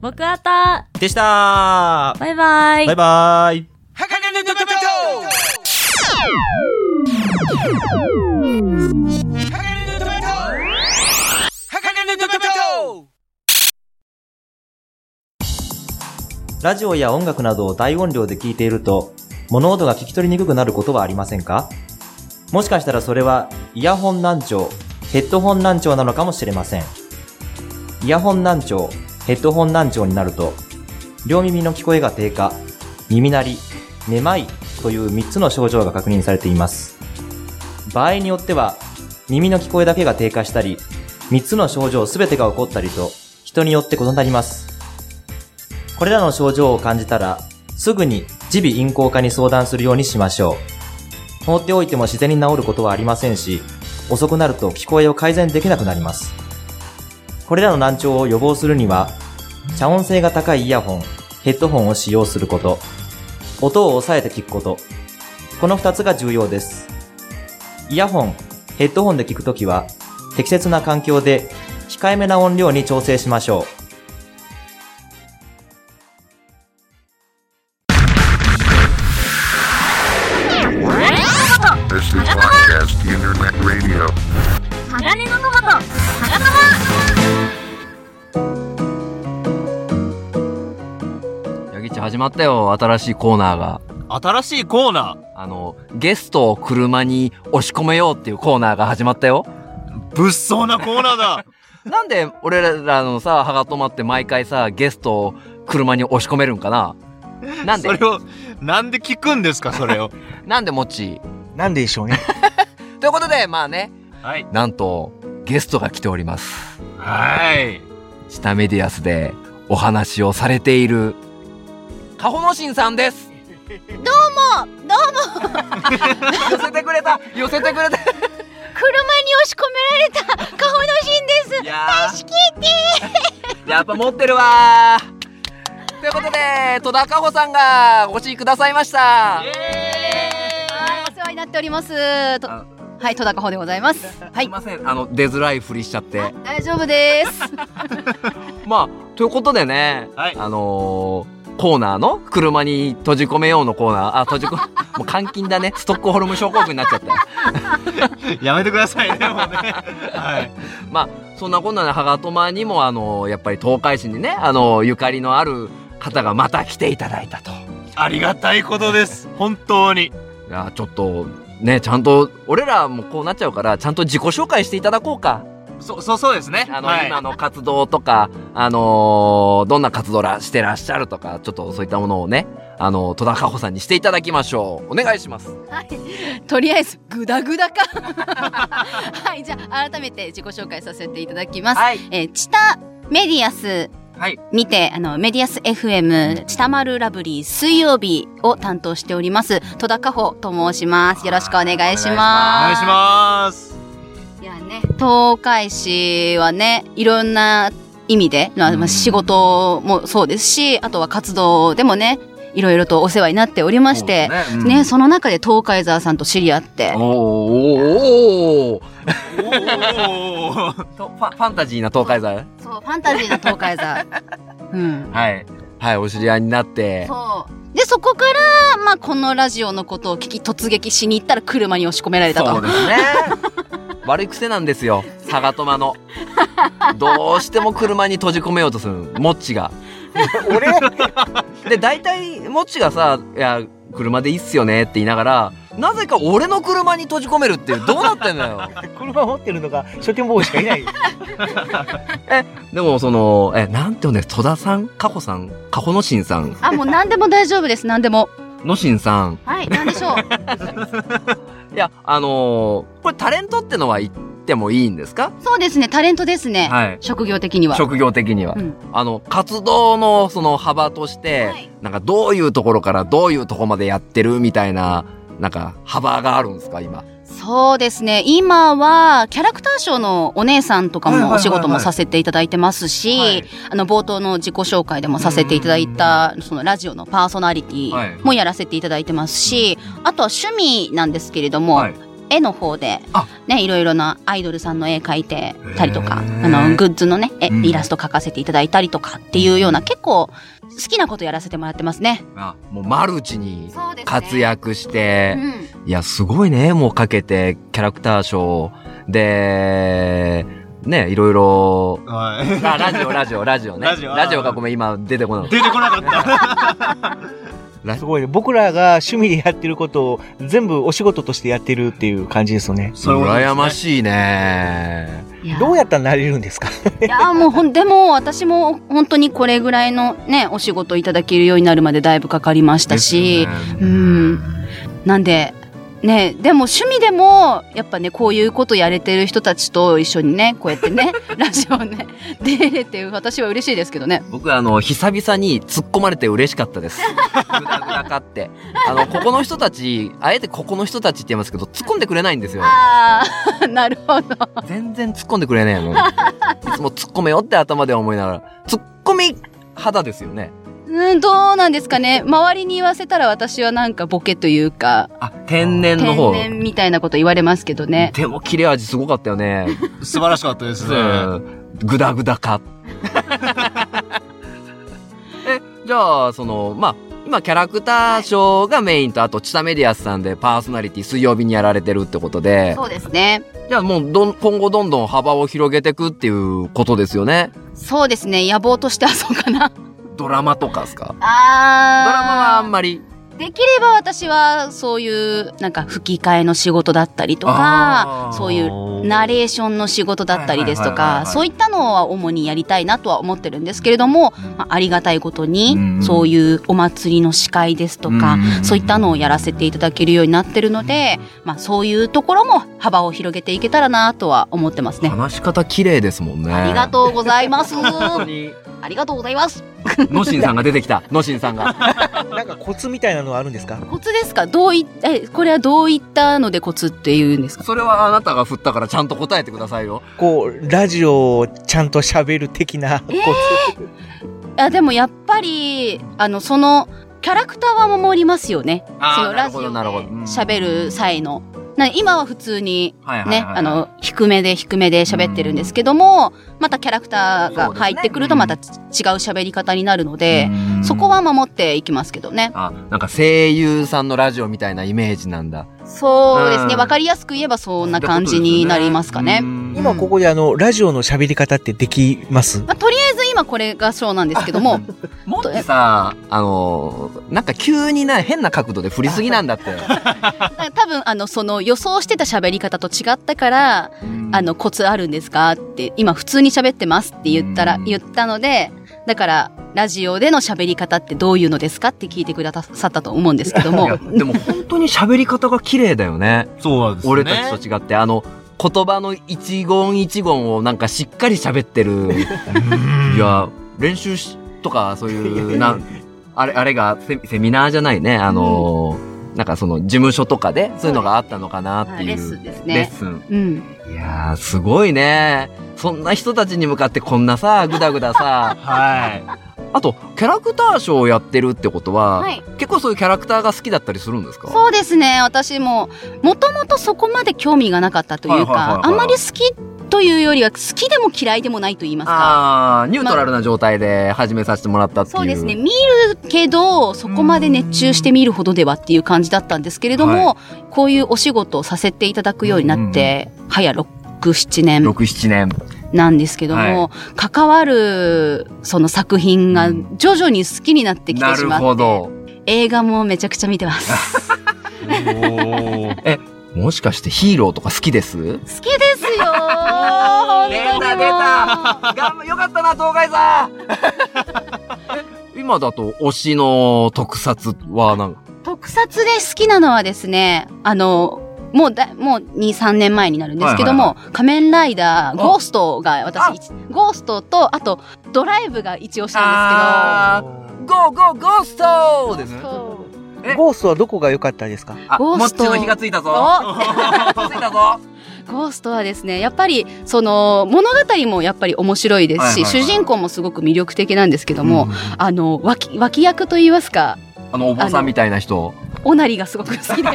Speaker 1: 僕わた、
Speaker 7: でした
Speaker 1: バイバイ。
Speaker 7: バイバイ。
Speaker 9: ラジオや音楽などを大音量で聞いていると、物音が聞き取りにくくなることはありませんかもしかしたらそれは、イヤホン難聴、ヘッドホン難聴なのかもしれません。イヤホン難聴、ヘッドホン難聴になると、両耳の聞こえが低下、耳鳴り、めまいという3つの症状が確認されています。場合によっては、耳の聞こえだけが低下したり、3つの症状全てが起こったりと、人によって異なります。これらの症状を感じたら、すぐに耳鼻咽喉科に相談するようにしましょう。放っておいても自然に治ることはありませんし、遅くなると聞こえを改善できなくなります。これらの難聴を予防するには、遮音性が高いイヤホン、ヘッドホンを使用すること、音を抑えて聞くこと、この二つが重要です。イヤホン、ヘッドホンで聞くときは、適切な環境で控えめな音量に調整しましょう。
Speaker 10: This is Podcast Internet Radio.
Speaker 6: 鋼のトマト鋼トマ
Speaker 5: ヤギッチ始まったよ、新しいコーナーが。
Speaker 2: 新しいコーナ
Speaker 5: あの、ゲストを車に押し込めようっていうコーナーが始まったよ。
Speaker 2: ー物騒なコーナーだ
Speaker 5: なんで俺らのさ、ハガトマって毎回さ、ゲストを車に押し込めるんかな なんで
Speaker 2: それを、なんで聞くんですか、それを。
Speaker 5: なんでもっち
Speaker 4: なんででしょうね。
Speaker 5: ということで、まあね、
Speaker 2: はい。
Speaker 5: なんと、ゲストが来ております。
Speaker 2: はい。
Speaker 5: シタメディアスでお話をされている、カホノシンさんです。
Speaker 11: どうも車に
Speaker 5: 寄せてくれた寄せてくれた
Speaker 11: 押し込められた顔のシーン
Speaker 5: い
Speaker 11: で
Speaker 5: やーやっぱ持ってるわーということで、戸田カホさんがお越しくださいました。
Speaker 11: すはいお世話になっておりますと
Speaker 5: あ
Speaker 11: はい戸高穂でございますは
Speaker 5: すい
Speaker 11: い
Speaker 5: ません、あの、出づらいふりしちゃって。
Speaker 11: 大丈夫です
Speaker 5: まあ、ということでね、
Speaker 2: はい
Speaker 5: あのーコーナーの車に閉じ込めようのコーナー、あ、閉 じ込、もう監禁だね。ストックホルム症候群になっちゃったよ。
Speaker 2: やめてくださいね、もうね。はい。
Speaker 5: まあ、そんなこんなで、ハガトマにも、あのーやっぱり東海市にね、あのーゆかりのある方がまた来ていただいたと。
Speaker 2: ありがたいことです。本当に。
Speaker 5: いや、ちょっと、ね、ちゃんと、俺らもこうなっちゃうから、ちゃんと自己紹介していただこうか。
Speaker 2: そ、そう、そうですね。
Speaker 5: あの、
Speaker 2: はい、
Speaker 5: 今の活動とか、あのーどんな活動らしてらっしゃるとか、ちょっとそういったものをね、あの、戸田佳穂さんにしていただきましょう。お願いします。
Speaker 11: とりあえずグダグダか はいじゃあ改めて自己紹介させていただきます、
Speaker 5: はい。
Speaker 11: えー、チタメディアス
Speaker 5: はい
Speaker 11: にて、あのメディアス FM チタマルラブリー水曜日を担当しております戸田加穂と申しますよろしくお願いし
Speaker 2: お願
Speaker 11: ま
Speaker 2: い
Speaker 11: す
Speaker 2: します。
Speaker 11: いやね、東海市はね、いろんな意味で、まあまあ、仕事もそうですし、あとは活動でもね、いろいろとお世話になっておりまして、ね
Speaker 5: そうですねうん
Speaker 11: その中で東海沢さんと知り合って、
Speaker 5: おーおーおーおー
Speaker 2: おー
Speaker 5: とファファンタジーな東海座
Speaker 11: そう、ファンタジーな東海 沢。うん。
Speaker 5: はい。はい、お知り合いになって。
Speaker 11: そう。で、そこから、まあ、このラジオのことを聞き突撃しに行ったら車に押し込められた
Speaker 5: そ
Speaker 11: と。
Speaker 5: う ですね。悪い癖なんですよ。佐賀マの。どうしても車に閉じ込めようとする。モッチが。俺で、大体、モッチがさ、いや、車でいいっすよねって言いながら、なぜか俺の車に閉じ込めるっていうどうなってんだよ
Speaker 4: 車持ってるのが初見坊しかい ない。
Speaker 5: でもそのえなんて呼んでる戸田さん加穂さん加穂のしんさん
Speaker 11: あ、もう何でも大丈夫です。何でも。
Speaker 5: のしんさん
Speaker 11: はい、何でし ょう。
Speaker 5: いやあのーこれタレントってのは言ってもいいんですか
Speaker 11: そうですね、タレントですね。
Speaker 5: はい
Speaker 11: 職業的には。
Speaker 5: 職業的には、
Speaker 11: うん
Speaker 5: あの活動のその幅として、なんかどういうところからどういうとこまでやってるみたいななんか幅があるんですか今
Speaker 11: そうですね、今はキャラクターショーのお姉さんとか
Speaker 5: はいはい
Speaker 11: もお
Speaker 5: はいはい
Speaker 11: 仕事もさせていただいてますし、あの冒頭の自己紹介でもさせていただいた、そのラジオのパーソナリテ
Speaker 5: はい
Speaker 11: ィもやらせていただいてますし、あとは趣味なんですけれども、絵の方で、ね、いろいろなアイドルさんの絵描いてたりとか、あの、グッズのね、え
Speaker 5: うん
Speaker 11: イラスト描かせていただいたりとかっていうような、結構好きなことやらせてもらってますね。
Speaker 5: あもうマルチに
Speaker 11: そうですね
Speaker 5: 活躍して、
Speaker 11: うん
Speaker 5: いやすごいねもうかけてキャラクターショーでねいろいろあラジオラジオラジオね
Speaker 2: ラジオ
Speaker 5: がごめん今出てこない
Speaker 2: 出てこなかった
Speaker 4: すごいね。僕らが趣味でやってることを全部お仕事としてやってるっていう感じですよね。
Speaker 5: そういうことですね羨ましいね。
Speaker 4: どうやったらなれるんですか
Speaker 11: いやーもうほんでも私も本当にこれぐらいのねお仕事いただけるようになるまでだいぶかかりましたし、うんなんでねでも趣味でもやっぱねこういうことやれてる人たちと一緒にねこうやって ねラジオね出れて私は嬉しいですけどね
Speaker 5: 僕あの久々に突っ込まれて嬉しかったです。ぐだぐだかってあのここの人たちあえてここの人たちって言いますけど突っ込んでくれないんですよ。
Speaker 11: ああ なるほど
Speaker 5: 全然突っ込んでくれねえの。いつも突っ込めよって頭では思いながら突っ込み肌ですよね。
Speaker 11: うんどうなんですかね周りに言わせたら私はなんかボケというか
Speaker 5: 天然の
Speaker 11: 天
Speaker 5: 方。
Speaker 11: 然みたいなこと言われますけどね
Speaker 5: でも切れ味すごかったよね。素晴らしかったですね。ぐだぐだか。 え、じゃあ、その、まあ、今、キャラクターショーがメインと、あと、チタメディアスさんでパーソナリティ水曜日にやられてるってことで、
Speaker 11: そうですね
Speaker 5: じゃあもうどん、今後どんどん幅を広げていくっていうことですよね。
Speaker 11: そうですね野望としてはそうかな
Speaker 5: ドラマとかです
Speaker 11: あ
Speaker 5: かドラマはあんまり。
Speaker 11: できれば私はそういうなんか吹き替えの仕事だったりとかそういうナレーションの仕事だったりですと
Speaker 5: はいはいはい
Speaker 11: か
Speaker 5: はい
Speaker 11: そういったのは主にやりたいなとは思ってるんですけれども、まあ、ありがたいことにそういうお祭りの司会ですとかそういったのをやらせていただけるようになってるので、まあ、そういうところも幅を広げていけたらなとは思ってますね。
Speaker 5: 話し方綺麗ですもんね。
Speaker 11: ありがとうございます。
Speaker 5: 本当に
Speaker 11: ありがとうございます。
Speaker 5: のしんさんが出てきた。のしんさんが。
Speaker 4: なんかコツみたいなのはあるんですか
Speaker 11: コツですかどういえこれはどういったのでコツっていうんですか
Speaker 5: それはあなたが振ったからちゃんと答えてくださいよ。
Speaker 4: こう、ラジオをちゃんと喋る的なコツ。
Speaker 11: いやでもやっぱりあのそのキャラクターは守りますよね
Speaker 5: あー
Speaker 11: その
Speaker 5: なる
Speaker 11: ラジ
Speaker 5: ほ
Speaker 11: オ
Speaker 5: ど
Speaker 11: で
Speaker 5: なるほどうん
Speaker 11: 喋る際のな今は普通にね、
Speaker 5: はいはいはいはい
Speaker 11: あの低めで低めで喋ってるんですけども、またキャラクターが入ってくるとまた違う喋り方になるのでそこは守っていきますけどね
Speaker 5: あ、なんか声優さんのラジオみたいなイメージなんだ。
Speaker 11: そうですね
Speaker 5: うん
Speaker 11: わかりやすく言えばそんな感じになりますかね
Speaker 4: 今ここであの、ラジオの喋り方ってできます
Speaker 11: まあ、とりあえず今これがそうなんですけどももっと
Speaker 5: さあ、あのーなんか急にな、変な角度で振りすぎなんだって。
Speaker 11: だ多分あのその予想してた喋り方と違ったから「 あのコツあるんですか?」って「今普通に喋ってます」って言ったら言ったのでだからラジオでの喋り方ってどういうのですかって聞いてくださったと思うんですけど
Speaker 5: いや
Speaker 11: も
Speaker 5: でも本当に喋り方が綺麗だよね。そうなんです
Speaker 2: ね
Speaker 5: 俺たちと違って、あの、言葉の一言一言をなんかしっかり喋ってる。いや、練習し、とか、そう いう、なん、あれ、あれがセ、セミナーじゃないね、あのーなんかその事務所とかでそういうのがあったのかなっていう。
Speaker 11: レッスンですね
Speaker 5: レッスン。
Speaker 11: うん
Speaker 5: いやー、すごいね。そんな人たちに向かってこんなさ、ぐだぐ ださ。はい。あと、キャラクターショーをやってるってことは、
Speaker 11: はい
Speaker 5: 結構そういうキャラクターが好きだったりするんですか
Speaker 11: そうですね私ももともとそこまで興味がなかったという
Speaker 5: はいはいはい
Speaker 11: か
Speaker 5: はい
Speaker 11: あんまり好きというよりは好きでも嫌いでもないと言いますか
Speaker 5: ああ、ニュートラルな状態で始めさせてもらったっていう。
Speaker 11: そうですね見るけどそこまで熱中して見るほどではっていう感じだったんですけれども、こういうお仕事をさせていただくようになって、早67年
Speaker 5: 67年
Speaker 11: なんですけども、関わるその作品が徐々に好きになってきてしまって、
Speaker 5: ど。
Speaker 11: 映画もめちゃくちゃ見てます。
Speaker 5: え、もしかしてヒーローとか好きです
Speaker 11: 好きですよー
Speaker 5: 出た出たがんよかったな、東海さん今だと推しの特撮はなんか、
Speaker 11: 特撮で好きなのはですね、あの、もうだ、もう2、3年前になるんですけども、
Speaker 5: はい
Speaker 11: 仮面ライダー、ゴーストが私、一ゴーストと、あと、ドライブが一押しなんですけど。ゴーゴーゴーストですね。
Speaker 4: ゴーストはどこが良かったですか
Speaker 11: あゴーストもっちの火が
Speaker 12: ついた
Speaker 11: お
Speaker 12: ついたぞ
Speaker 11: ゴーストはですね、やっぱり、その、物語もやっぱり面白いですし、
Speaker 12: はいはいはい
Speaker 11: 主人公もすごく魅力的なんですけども、あの、脇、脇役と言いますか、
Speaker 5: あの、お坊さんみたいな人。
Speaker 11: おなりがすごく好きで。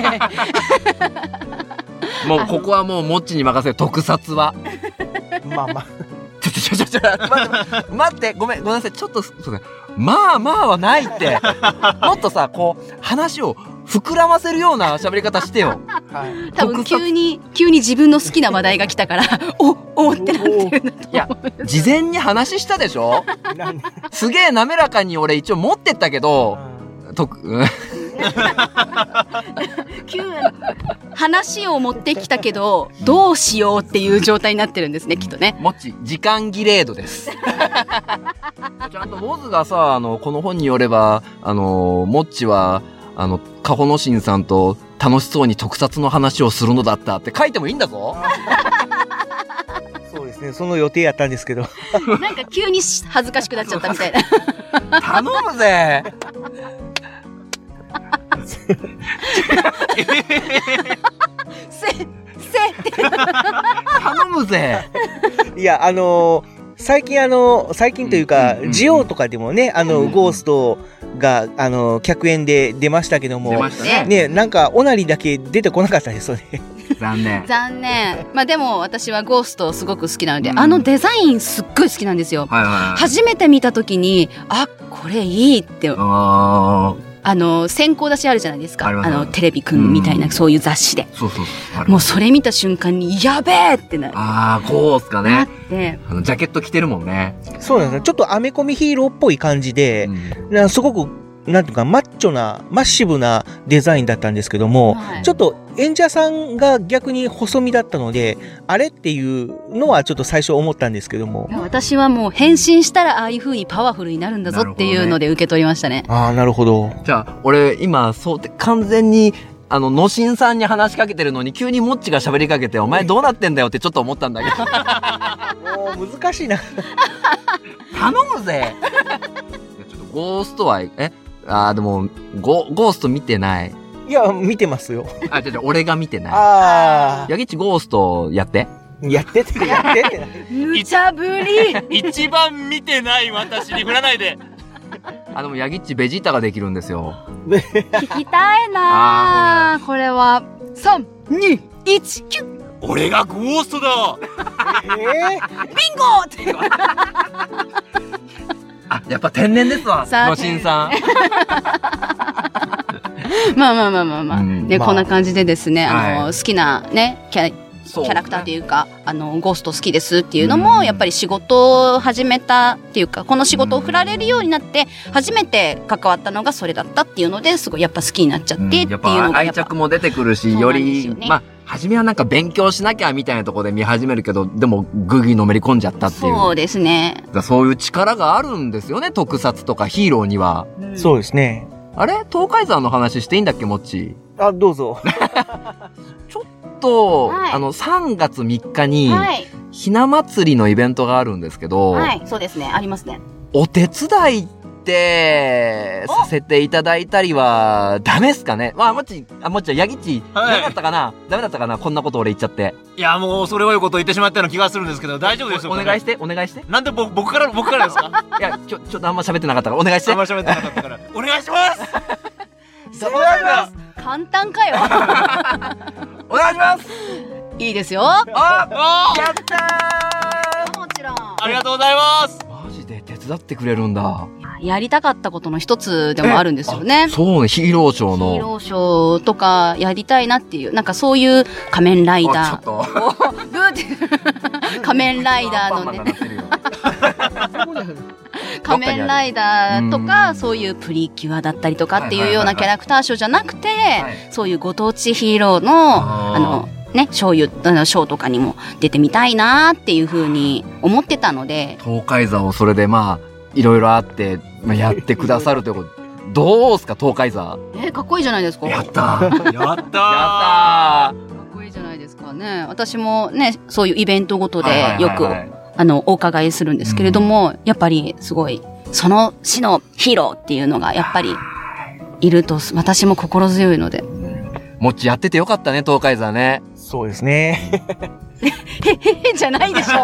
Speaker 5: もう、ここはもう、もっちに任せる、特撮は。
Speaker 4: まあまあ。
Speaker 5: ちょちょちょちょ、待って、待って、ごめん、ごめんなさい、ちょっと、そうだまあまあはないって。もっとさ、こう、話を膨らませるような喋り方してよ。
Speaker 11: 多分急に、急に自分の好きな話題が来たから、 お、おってなってる
Speaker 5: いや、事前に話したでしょすげえ滑らかに俺一応持ってったけど、とく、うん
Speaker 11: 急に話を持ってきたけど、どうしようっていう状態になってるんですね、きっとね。
Speaker 5: もち、時間切れード です。ちゃんとモズがさ、あの、この本によれば、あの、モッチは、あの、カホノシンさんと楽しそうに特撮の話をするのだったって書いてもいいんだぞ。
Speaker 4: そうですね、その予定やったんですけど。
Speaker 11: なんか急にし恥ずかしくなっちゃったみたいな。
Speaker 5: 頼む ぜ
Speaker 11: せ、せって。
Speaker 5: 頼むぜ
Speaker 4: いや、あのー最近あのー最近というか、ジオとかでもね、あの、ゴーストが、あのー客演で出ましたけども、
Speaker 5: 出ましたね
Speaker 4: なんか、おなりだけ出てこなかったですよね。
Speaker 5: 残念。
Speaker 11: 残念。まあでも私はゴーストすごく好きなので、あのデザインすっごい好きなんですよ。
Speaker 5: はいはい。
Speaker 11: 初めて見た時に、あ、これいいって
Speaker 5: あ
Speaker 11: あの先行出しあるじゃないですかあ
Speaker 5: あります
Speaker 11: のテレビくんみたいな、そういう雑誌で
Speaker 5: ー、そうそうそう。あれ
Speaker 11: もうそれ見た瞬間にやべえってなっ
Speaker 5: あー、こうっすかね。
Speaker 11: て
Speaker 5: あの、ジャケット着てるもんね。
Speaker 4: そうなんですよちょっとアメコミヒーローっぽい感じで、なすごく、なんていうか、マッチョな、マッシブなデザインだったんですけども、
Speaker 11: はい
Speaker 4: ちょっと演者さんが逆に細身だったので、あれっていうのはちょっと最初思ったんですけども。
Speaker 11: 私はもう変身したらああいう風にパワフルになるんだぞっていうので受け取りましたね
Speaker 4: ああ、なるほ ど。
Speaker 5: じゃあ、俺、今、そうって、完全に、あの、野心さんに話しかけてるのに、急にモッチが喋りかけて、お前どうなってんだよってちょっと思ったんだけど。
Speaker 4: もう難しいな。
Speaker 5: 頼むぜゴーストは、えあー、でも、ゴ、ゴースト見てない。
Speaker 4: いや、見てますよ。
Speaker 5: あ、違う違う、俺が見てない。
Speaker 4: ああ。
Speaker 5: ヤギチゴーストやって。
Speaker 4: やってって、やってって。
Speaker 11: 無茶ぶり
Speaker 2: 一番見てない私に振らないで
Speaker 5: あ、でもヤギッチベジータができるんですよ。
Speaker 11: 聞きたいなあこれは321キュッビン
Speaker 2: 俺がゴーストだ
Speaker 4: え
Speaker 11: ゴって
Speaker 5: あ、やっぱ天然ですわ、
Speaker 11: さあ
Speaker 5: 野心さん。
Speaker 11: まあまあまあまあまあ、ね、
Speaker 5: まあ
Speaker 11: こんな感じでですね、あの、
Speaker 5: はい
Speaker 11: 好きなね、キャキ
Speaker 5: そうですね
Speaker 11: ャラクターというか、あの、ゴースト好きですっていうのも、やっぱり仕事を始めたっていうか、この仕事を振られるようになって、初めて関わったのがそれだったっていうのですごいやっぱ好きになっちゃってっていう
Speaker 5: や
Speaker 11: の
Speaker 5: っぱ
Speaker 11: が
Speaker 5: 愛
Speaker 11: やっぱ、
Speaker 5: 着も出てくるし、より、まあ、初めはなんか勉強しなきゃみたいなところで見始めるけど、でも、ぐぎのめり込んじゃったっていう。
Speaker 11: そうですね。
Speaker 5: だからそういう力があるんですよね、特撮とかヒーローには。
Speaker 4: そうですね。
Speaker 5: あれ東海山の話していいんだっけ、もっち。
Speaker 4: あ、どうぞ。
Speaker 5: と、
Speaker 11: はい
Speaker 5: あの、3月3日に、
Speaker 11: はい。
Speaker 5: ひな祭りのイベントがあるんですけど、
Speaker 11: はい。そうですね。ありますね。
Speaker 5: お手伝いって、させていただいたりは、ダメっすかねまあ、もっち、あ、もっちゃん、ヤギッチ、ダメだったかなダメだったかなこんなこと俺言っちゃって。
Speaker 2: いやもうそれをいこと言ってしまったような気がするんですけど大丈夫ですよ
Speaker 5: お願いしてお願いして
Speaker 2: なんで僕僕から僕からですか
Speaker 5: いやちょちょっとあんま喋ってなかったからお願いして。あんま
Speaker 2: 喋ってなかったから。お願いします
Speaker 11: そうなんです。簡単かよ。
Speaker 5: お願いします。
Speaker 11: いいですよ。あ
Speaker 2: や
Speaker 5: った
Speaker 11: ー。もちろん。
Speaker 2: ありがとうございます
Speaker 5: 手伝ってくれるんだ。
Speaker 11: やりたかったことの一つでもあるんですよね。
Speaker 5: そうね、ヒーローショー
Speaker 11: ヒー
Speaker 5: の。
Speaker 11: ローショーとかやりたいなっていう、なんかそういう仮面ライダー。
Speaker 5: ちょっと。
Speaker 11: ブーって仮面ライダーのね。 仮面ライダーとかそういうプリキュアだったりとかっていうようなキャラクターショーじゃなくて、そういうご当地ヒーローのあのねショーゆあのショーとかにも出てみたいなっていうふうに思ってたので
Speaker 13: 東海座をそれでまあいろいろあって、まあ、やってくださるということどうすか東海座
Speaker 11: えかっこいいじゃないですかやった
Speaker 13: やった
Speaker 14: やった
Speaker 11: ですかね私もねそういうイベントごと
Speaker 13: はいはい
Speaker 11: でよ
Speaker 13: はい
Speaker 11: く
Speaker 13: はい
Speaker 11: あのお伺いするんですけれども、やっぱりすごいその市のヒーローっていうのがやっぱりいると私も心強いの で
Speaker 13: もっちやっててよかったね東海座ねそうですね
Speaker 11: へへへじゃないでしょ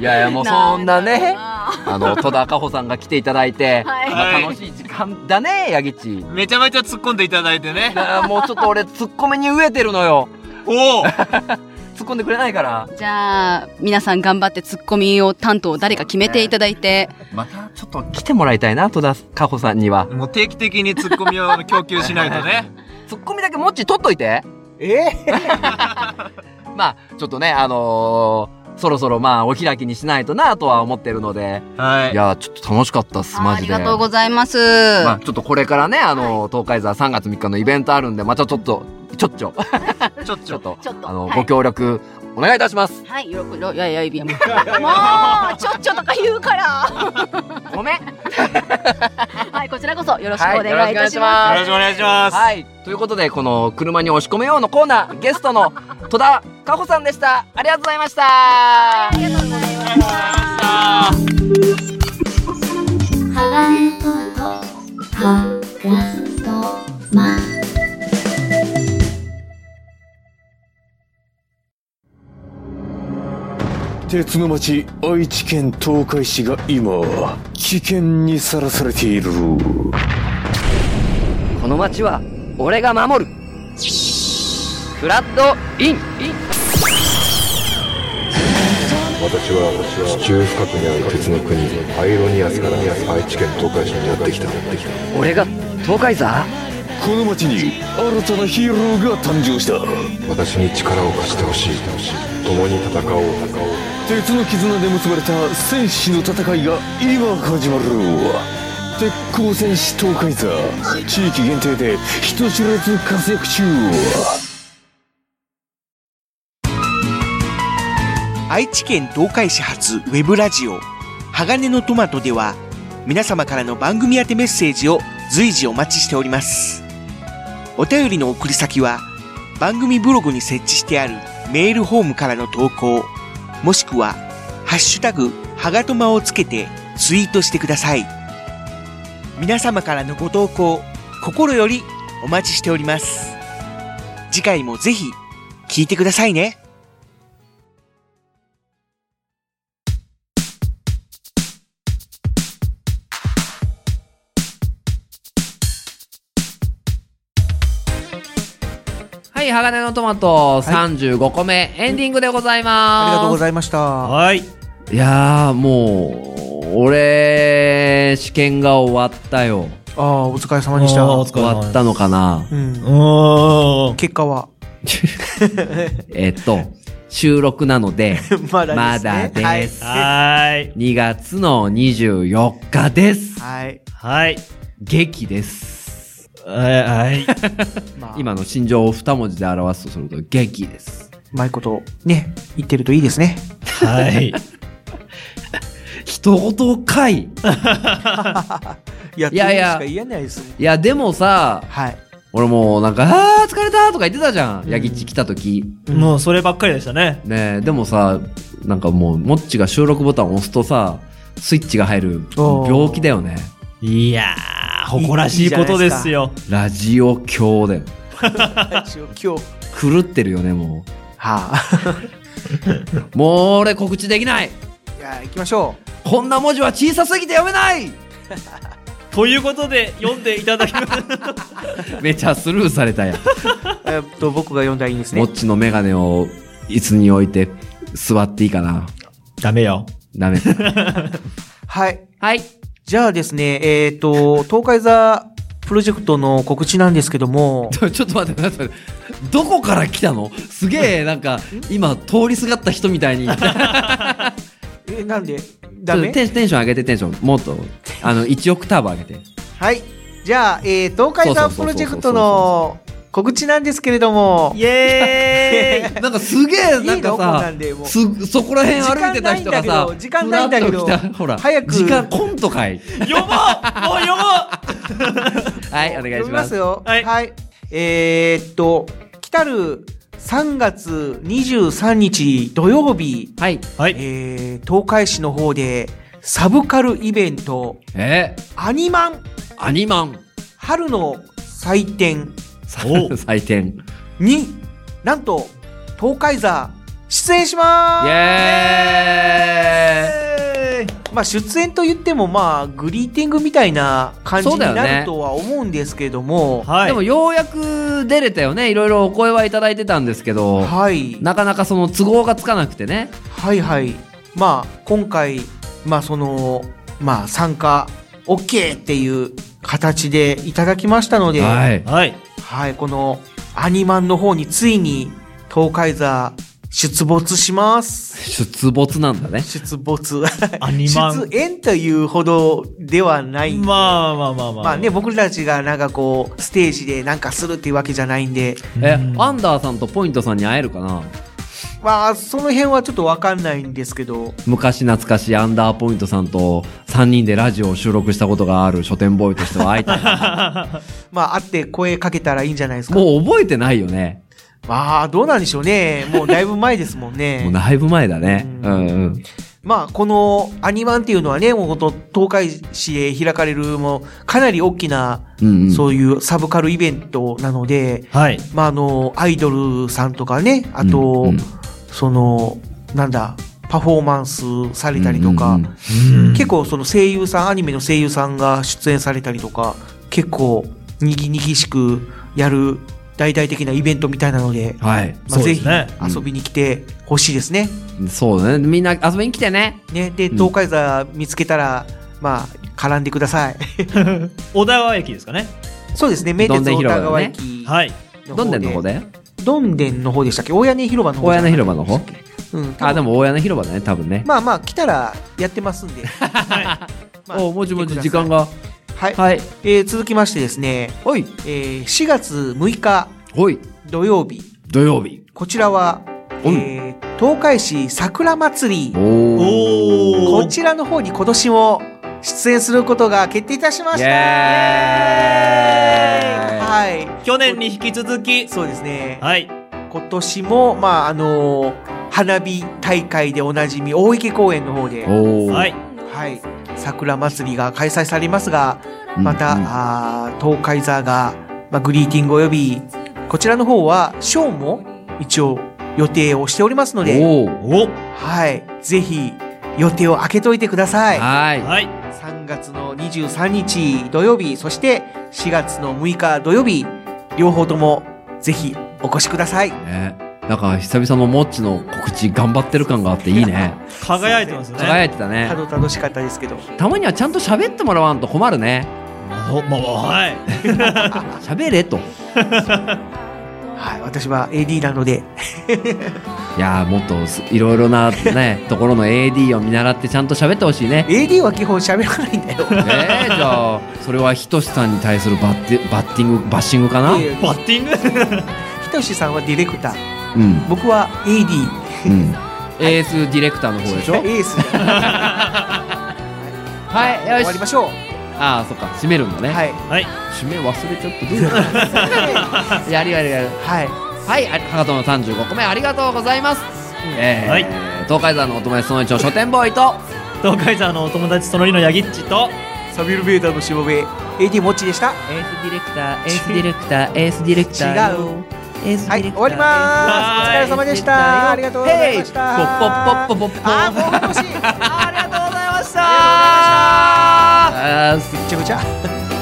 Speaker 13: いやい やもうそんなねあの戸田香穂さんが来ていただいて、
Speaker 11: はい
Speaker 13: まあ楽しい時間だねヤギチ
Speaker 14: めちゃめちゃ突っ込んでいただいてね
Speaker 13: もうちょっと俺突っ込みに飢えてるのよおお突っ込んでくれないから
Speaker 11: じゃあ皆さん頑張ってツッコミを担当を誰か決めていただいて、
Speaker 13: またちょっと来てもらいたいな戸田香穂さんには
Speaker 14: もう定期的にツッコミを供給しないとね
Speaker 13: ツッコミだけもっち取っといてえまあちょっとねあのーそろそろまあお開きにしないとなとは思ってるので、い、やちょっと楽しかったっすマ
Speaker 11: あ
Speaker 13: ジ
Speaker 11: り
Speaker 13: で
Speaker 11: がとうございます、
Speaker 13: まあ、ちょっとこれからね、あの、東海座3月3日のイベントあるんで、またちょっと、ちょっちょ、
Speaker 14: ちょっちょ
Speaker 13: っと
Speaker 11: ちょっと
Speaker 13: あの、
Speaker 11: はい
Speaker 13: ご協力、お願いいたします。
Speaker 11: はい喜びいやいやいやもうもうちょっちょとか言うから
Speaker 13: ごめん
Speaker 11: はいこちらこそよろしく
Speaker 13: は
Speaker 11: お願いいたします、
Speaker 13: よろしくお願いします。はい。ということで、この、車に押し込めようのコーナー、ゲストの戸田かほさんでした。ありがとうございました。ありがとうございました。
Speaker 2: 鉄の町愛知県東海市が今危険にさらされている
Speaker 5: この街は俺が守るフラッドイン
Speaker 15: 私は地中深くにある鉄の国アイロニアスから愛知県東海市にやってきた
Speaker 5: 俺が東海座
Speaker 2: この町に新たなヒーローが誕生した
Speaker 15: 私に力を貸してほしい共に戦おう
Speaker 2: 鉄の絆で結ばれた戦士の戦いが今始まる鉄鋼戦士東海座地域限定で人知れず活躍中
Speaker 4: 愛知県東海市発ウェブラジオ鋼のトマトでは皆様からの番組宛てメッセージを随時お待ちしておりますお便りの送り先は番組ブログに設置してあるメールフォームからの投稿もしくは「ハッシュタグはがとま」をつけてツイートしてください皆様からのご投稿心よりお待ちしております次回もぜひ聞いてくださいね
Speaker 5: はい、鋼のトマト35個目、エンディングでございます。
Speaker 7: ありがとうござ
Speaker 5: い
Speaker 7: いました。
Speaker 5: はい。いやー、もう、俺、試験が終わったよ。
Speaker 7: ああ、お疲れ様でした。
Speaker 5: 終わったのかな
Speaker 7: うん。結果は
Speaker 5: えっと、収録な ので、
Speaker 7: まだですね
Speaker 5: まだです。
Speaker 7: はい。
Speaker 5: 2月の24日です。
Speaker 7: はい。
Speaker 5: はい。劇です。はい。今の心情を二文字で表すとすると、劇です。
Speaker 7: うまいこと、ね、言ってるといいですね。
Speaker 5: はい。一言かい。
Speaker 7: いや、
Speaker 5: いやいや
Speaker 7: としか言えないですもん
Speaker 5: いや、でもさ、俺もうなんか、あー疲れたとか言ってたじゃん。ヤギッチ来た時。もうそればっかりでしたね。ねえ、でもさ、なんかもう、モッチが収録ボタンを押すとさ、スイッチが入る
Speaker 14: おー
Speaker 5: 病気だよね。いやー、
Speaker 14: 誇らしいことですよ。
Speaker 5: ラジオ教だよ。
Speaker 7: 今日。
Speaker 5: 狂ってるよね、もう。
Speaker 7: はあ。
Speaker 5: もう俺告知できない
Speaker 7: いや、行きましょ
Speaker 5: う。こんな文字は小さすぎて読めない
Speaker 14: ということで読んでいただきます
Speaker 5: めちゃスルーされたやん。
Speaker 7: えっと、僕が読んだらいいんですね
Speaker 5: モッ。チのメガネを椅子に置いて座っていいかな。ダメよ。ダメ。
Speaker 7: はい。
Speaker 5: はい。
Speaker 7: じゃあですね、えっ、と、東海座
Speaker 4: プロジェクトの告知なんですけど も
Speaker 5: ちょっと待って待って待ってどこから来たのすげえなんか今通りすがった人 みたいに
Speaker 4: えなんでダメ
Speaker 5: テンテンション上げてテンションもっとあの1オクターブ上げて
Speaker 4: はいじゃあ、えー、東海山プロジェクトの告知なんですけれどもイ
Speaker 5: エ
Speaker 4: ーイ
Speaker 5: なんかすげえなんかさすそこら辺歩いてた人がさ
Speaker 4: 時間ないんだけど
Speaker 5: ふらっと来たほら
Speaker 4: 早く
Speaker 5: 時間コントかい
Speaker 4: もう読もう
Speaker 5: はい、お願いします
Speaker 4: 読みますよ。はい。えーっと、来たる3月23日土曜日、
Speaker 5: はい。
Speaker 4: えー、東海市の方で、サブカルイベント、
Speaker 5: え
Speaker 4: アニマン、
Speaker 5: アニマン
Speaker 4: 春の祭典
Speaker 5: 採点
Speaker 4: に、なんと、東海座、出演します
Speaker 5: イエ
Speaker 4: ーイまあ、出演と言っても、まあ、グリーティングみたいな感じ
Speaker 5: そう
Speaker 4: に
Speaker 5: だよね
Speaker 4: なるとは思うんですけれども、
Speaker 5: でもようやく出れたよねいろいろお声はいただいてたんですけど、なかなかその都合がつかなくてね
Speaker 4: はいはいまあ今回まあそのまあ参加 OK っていう形でいただきましたので
Speaker 5: はい
Speaker 4: はい、このアニマンの方についに東海座出没します
Speaker 5: 出没なんだね
Speaker 4: 出没ア
Speaker 2: ニマン
Speaker 4: 出演というほどではないまあまあまあまあまあね僕たちがなんかこうステージでなんかするっていうわけじゃないんで
Speaker 5: えアンダーさんとポイントさんに会えるかな
Speaker 4: まあその辺はちょっとわかんないんですけど
Speaker 5: 昔懐かしいアンダーポイントさんと3人でラジオを収録したことがある書店ボーイとしては会いたいな
Speaker 4: まあ、会って声かけたらいいんじゃないですか。
Speaker 5: もう覚えてないよね
Speaker 4: まあ、どうなんでしょうね。もうだいぶ前ですもんね。
Speaker 5: もうだいぶ前だねうんうん
Speaker 4: まあ、このアニマンっていうのはね、もう本当東海市で開かれる、もうかなり大きな、
Speaker 5: うんうん
Speaker 4: そういうサブカルイベントなので、
Speaker 2: はい。
Speaker 4: まあ、あの、アイドルさんとかね、あと、その、なんだ、パフォーマンスされたりとか、結構その声優さん、アニメの声優さんが出演されたりとか、結構、にぎにぎしくやる大々的なイベントみたいなので、
Speaker 5: はい
Speaker 4: まあ、
Speaker 5: そうで
Speaker 4: ぜ
Speaker 5: す
Speaker 4: ひ
Speaker 5: ね
Speaker 4: 遊びに来てほしいですね。
Speaker 5: そうだねみんな遊びに来てね
Speaker 4: ね、で、東海座見つけたら、まあ、絡んでくだ さい。
Speaker 2: 小田川駅ですかね。
Speaker 4: そうですね、名鉄
Speaker 5: どんでん
Speaker 4: 小
Speaker 5: 広
Speaker 4: 田
Speaker 5: 場の
Speaker 4: 川
Speaker 5: ね
Speaker 4: 駅。
Speaker 2: はい。
Speaker 5: どんでんの方で
Speaker 4: どんでんの方でしたっけ大屋根広場の方
Speaker 5: 大
Speaker 4: じゃ
Speaker 5: 屋
Speaker 4: な
Speaker 5: 根
Speaker 4: い
Speaker 5: 広場の方
Speaker 4: うん
Speaker 5: あでも大屋根広場だね多分ね
Speaker 4: まあまあ来たらやってます んで。
Speaker 5: おもちもち時間が。
Speaker 4: はい。えー続きましてですね。
Speaker 5: はい。
Speaker 4: えー、4月6日。土曜日。
Speaker 5: 土曜日。
Speaker 4: こちらは、えー東海市桜祭り。こちらの方に今年も出演することが決定いたしました。はい。
Speaker 2: 去年に引き続き。
Speaker 4: そうですね。
Speaker 2: はい。
Speaker 4: 今年も、まあ、あのー花火大会でおなじみ、大池公園の方で、
Speaker 5: おー
Speaker 2: はい。
Speaker 4: はい。桜祭りが開催されますが、また、あー東海座が、まあ、グリーティングおよび、こちらの方は、ショーも一応予定をしておりますので、
Speaker 5: お
Speaker 4: はい。ぜひ、予定を開けといてください。
Speaker 5: はい。
Speaker 2: はい。
Speaker 4: 3月の23日土曜日、そして4月の6日土曜日、両方とも、ぜひ、お越しください。
Speaker 5: ねなんか久々のモッチの告知頑張ってる感があっていいね
Speaker 2: 輝いてますね。
Speaker 5: 輝いてた
Speaker 4: た
Speaker 5: ね
Speaker 4: だ楽しかったですけど。
Speaker 5: たまにはちゃんと喋ってもらわんと困るね
Speaker 2: まあはい。
Speaker 5: 喋れと
Speaker 4: はい私は AD なので
Speaker 5: いやーもっとすいろいろな ねところの AD を見習ってちゃんと喋ってほしいね
Speaker 4: AD は基本喋らないん だよ
Speaker 5: えー、じゃあそれはひとしさんに対するバッテバッティングバッシングかな、
Speaker 2: バッティング
Speaker 4: ひとしさんはディレクター
Speaker 5: うん
Speaker 4: 僕は AD
Speaker 5: うんエースディレクターの方でしょ
Speaker 4: エース
Speaker 5: はいよし終わり
Speaker 4: ましょう
Speaker 5: ああそっか締めるんだね
Speaker 4: はい、
Speaker 2: はい、
Speaker 5: 締め忘れちゃったどうだろうやるやるやる
Speaker 4: はい
Speaker 5: はいあ博多の35個目ありがとうございます、えー
Speaker 2: はい
Speaker 5: 東海山のお友達その一応書店ボーイと
Speaker 2: 東海山のお友達そのりのヤギッチと
Speaker 4: サビルベーターのしもべ AD もっちでした
Speaker 16: エースディレクターエースディレクターエースディレクター
Speaker 4: 違
Speaker 16: よ
Speaker 4: うはい終わりますお疲れ様でしたありがとうございました
Speaker 5: ポッポッポッポッポ
Speaker 4: あーもう欲しいありがとうございました
Speaker 5: あー
Speaker 4: ぐちゃぐちゃ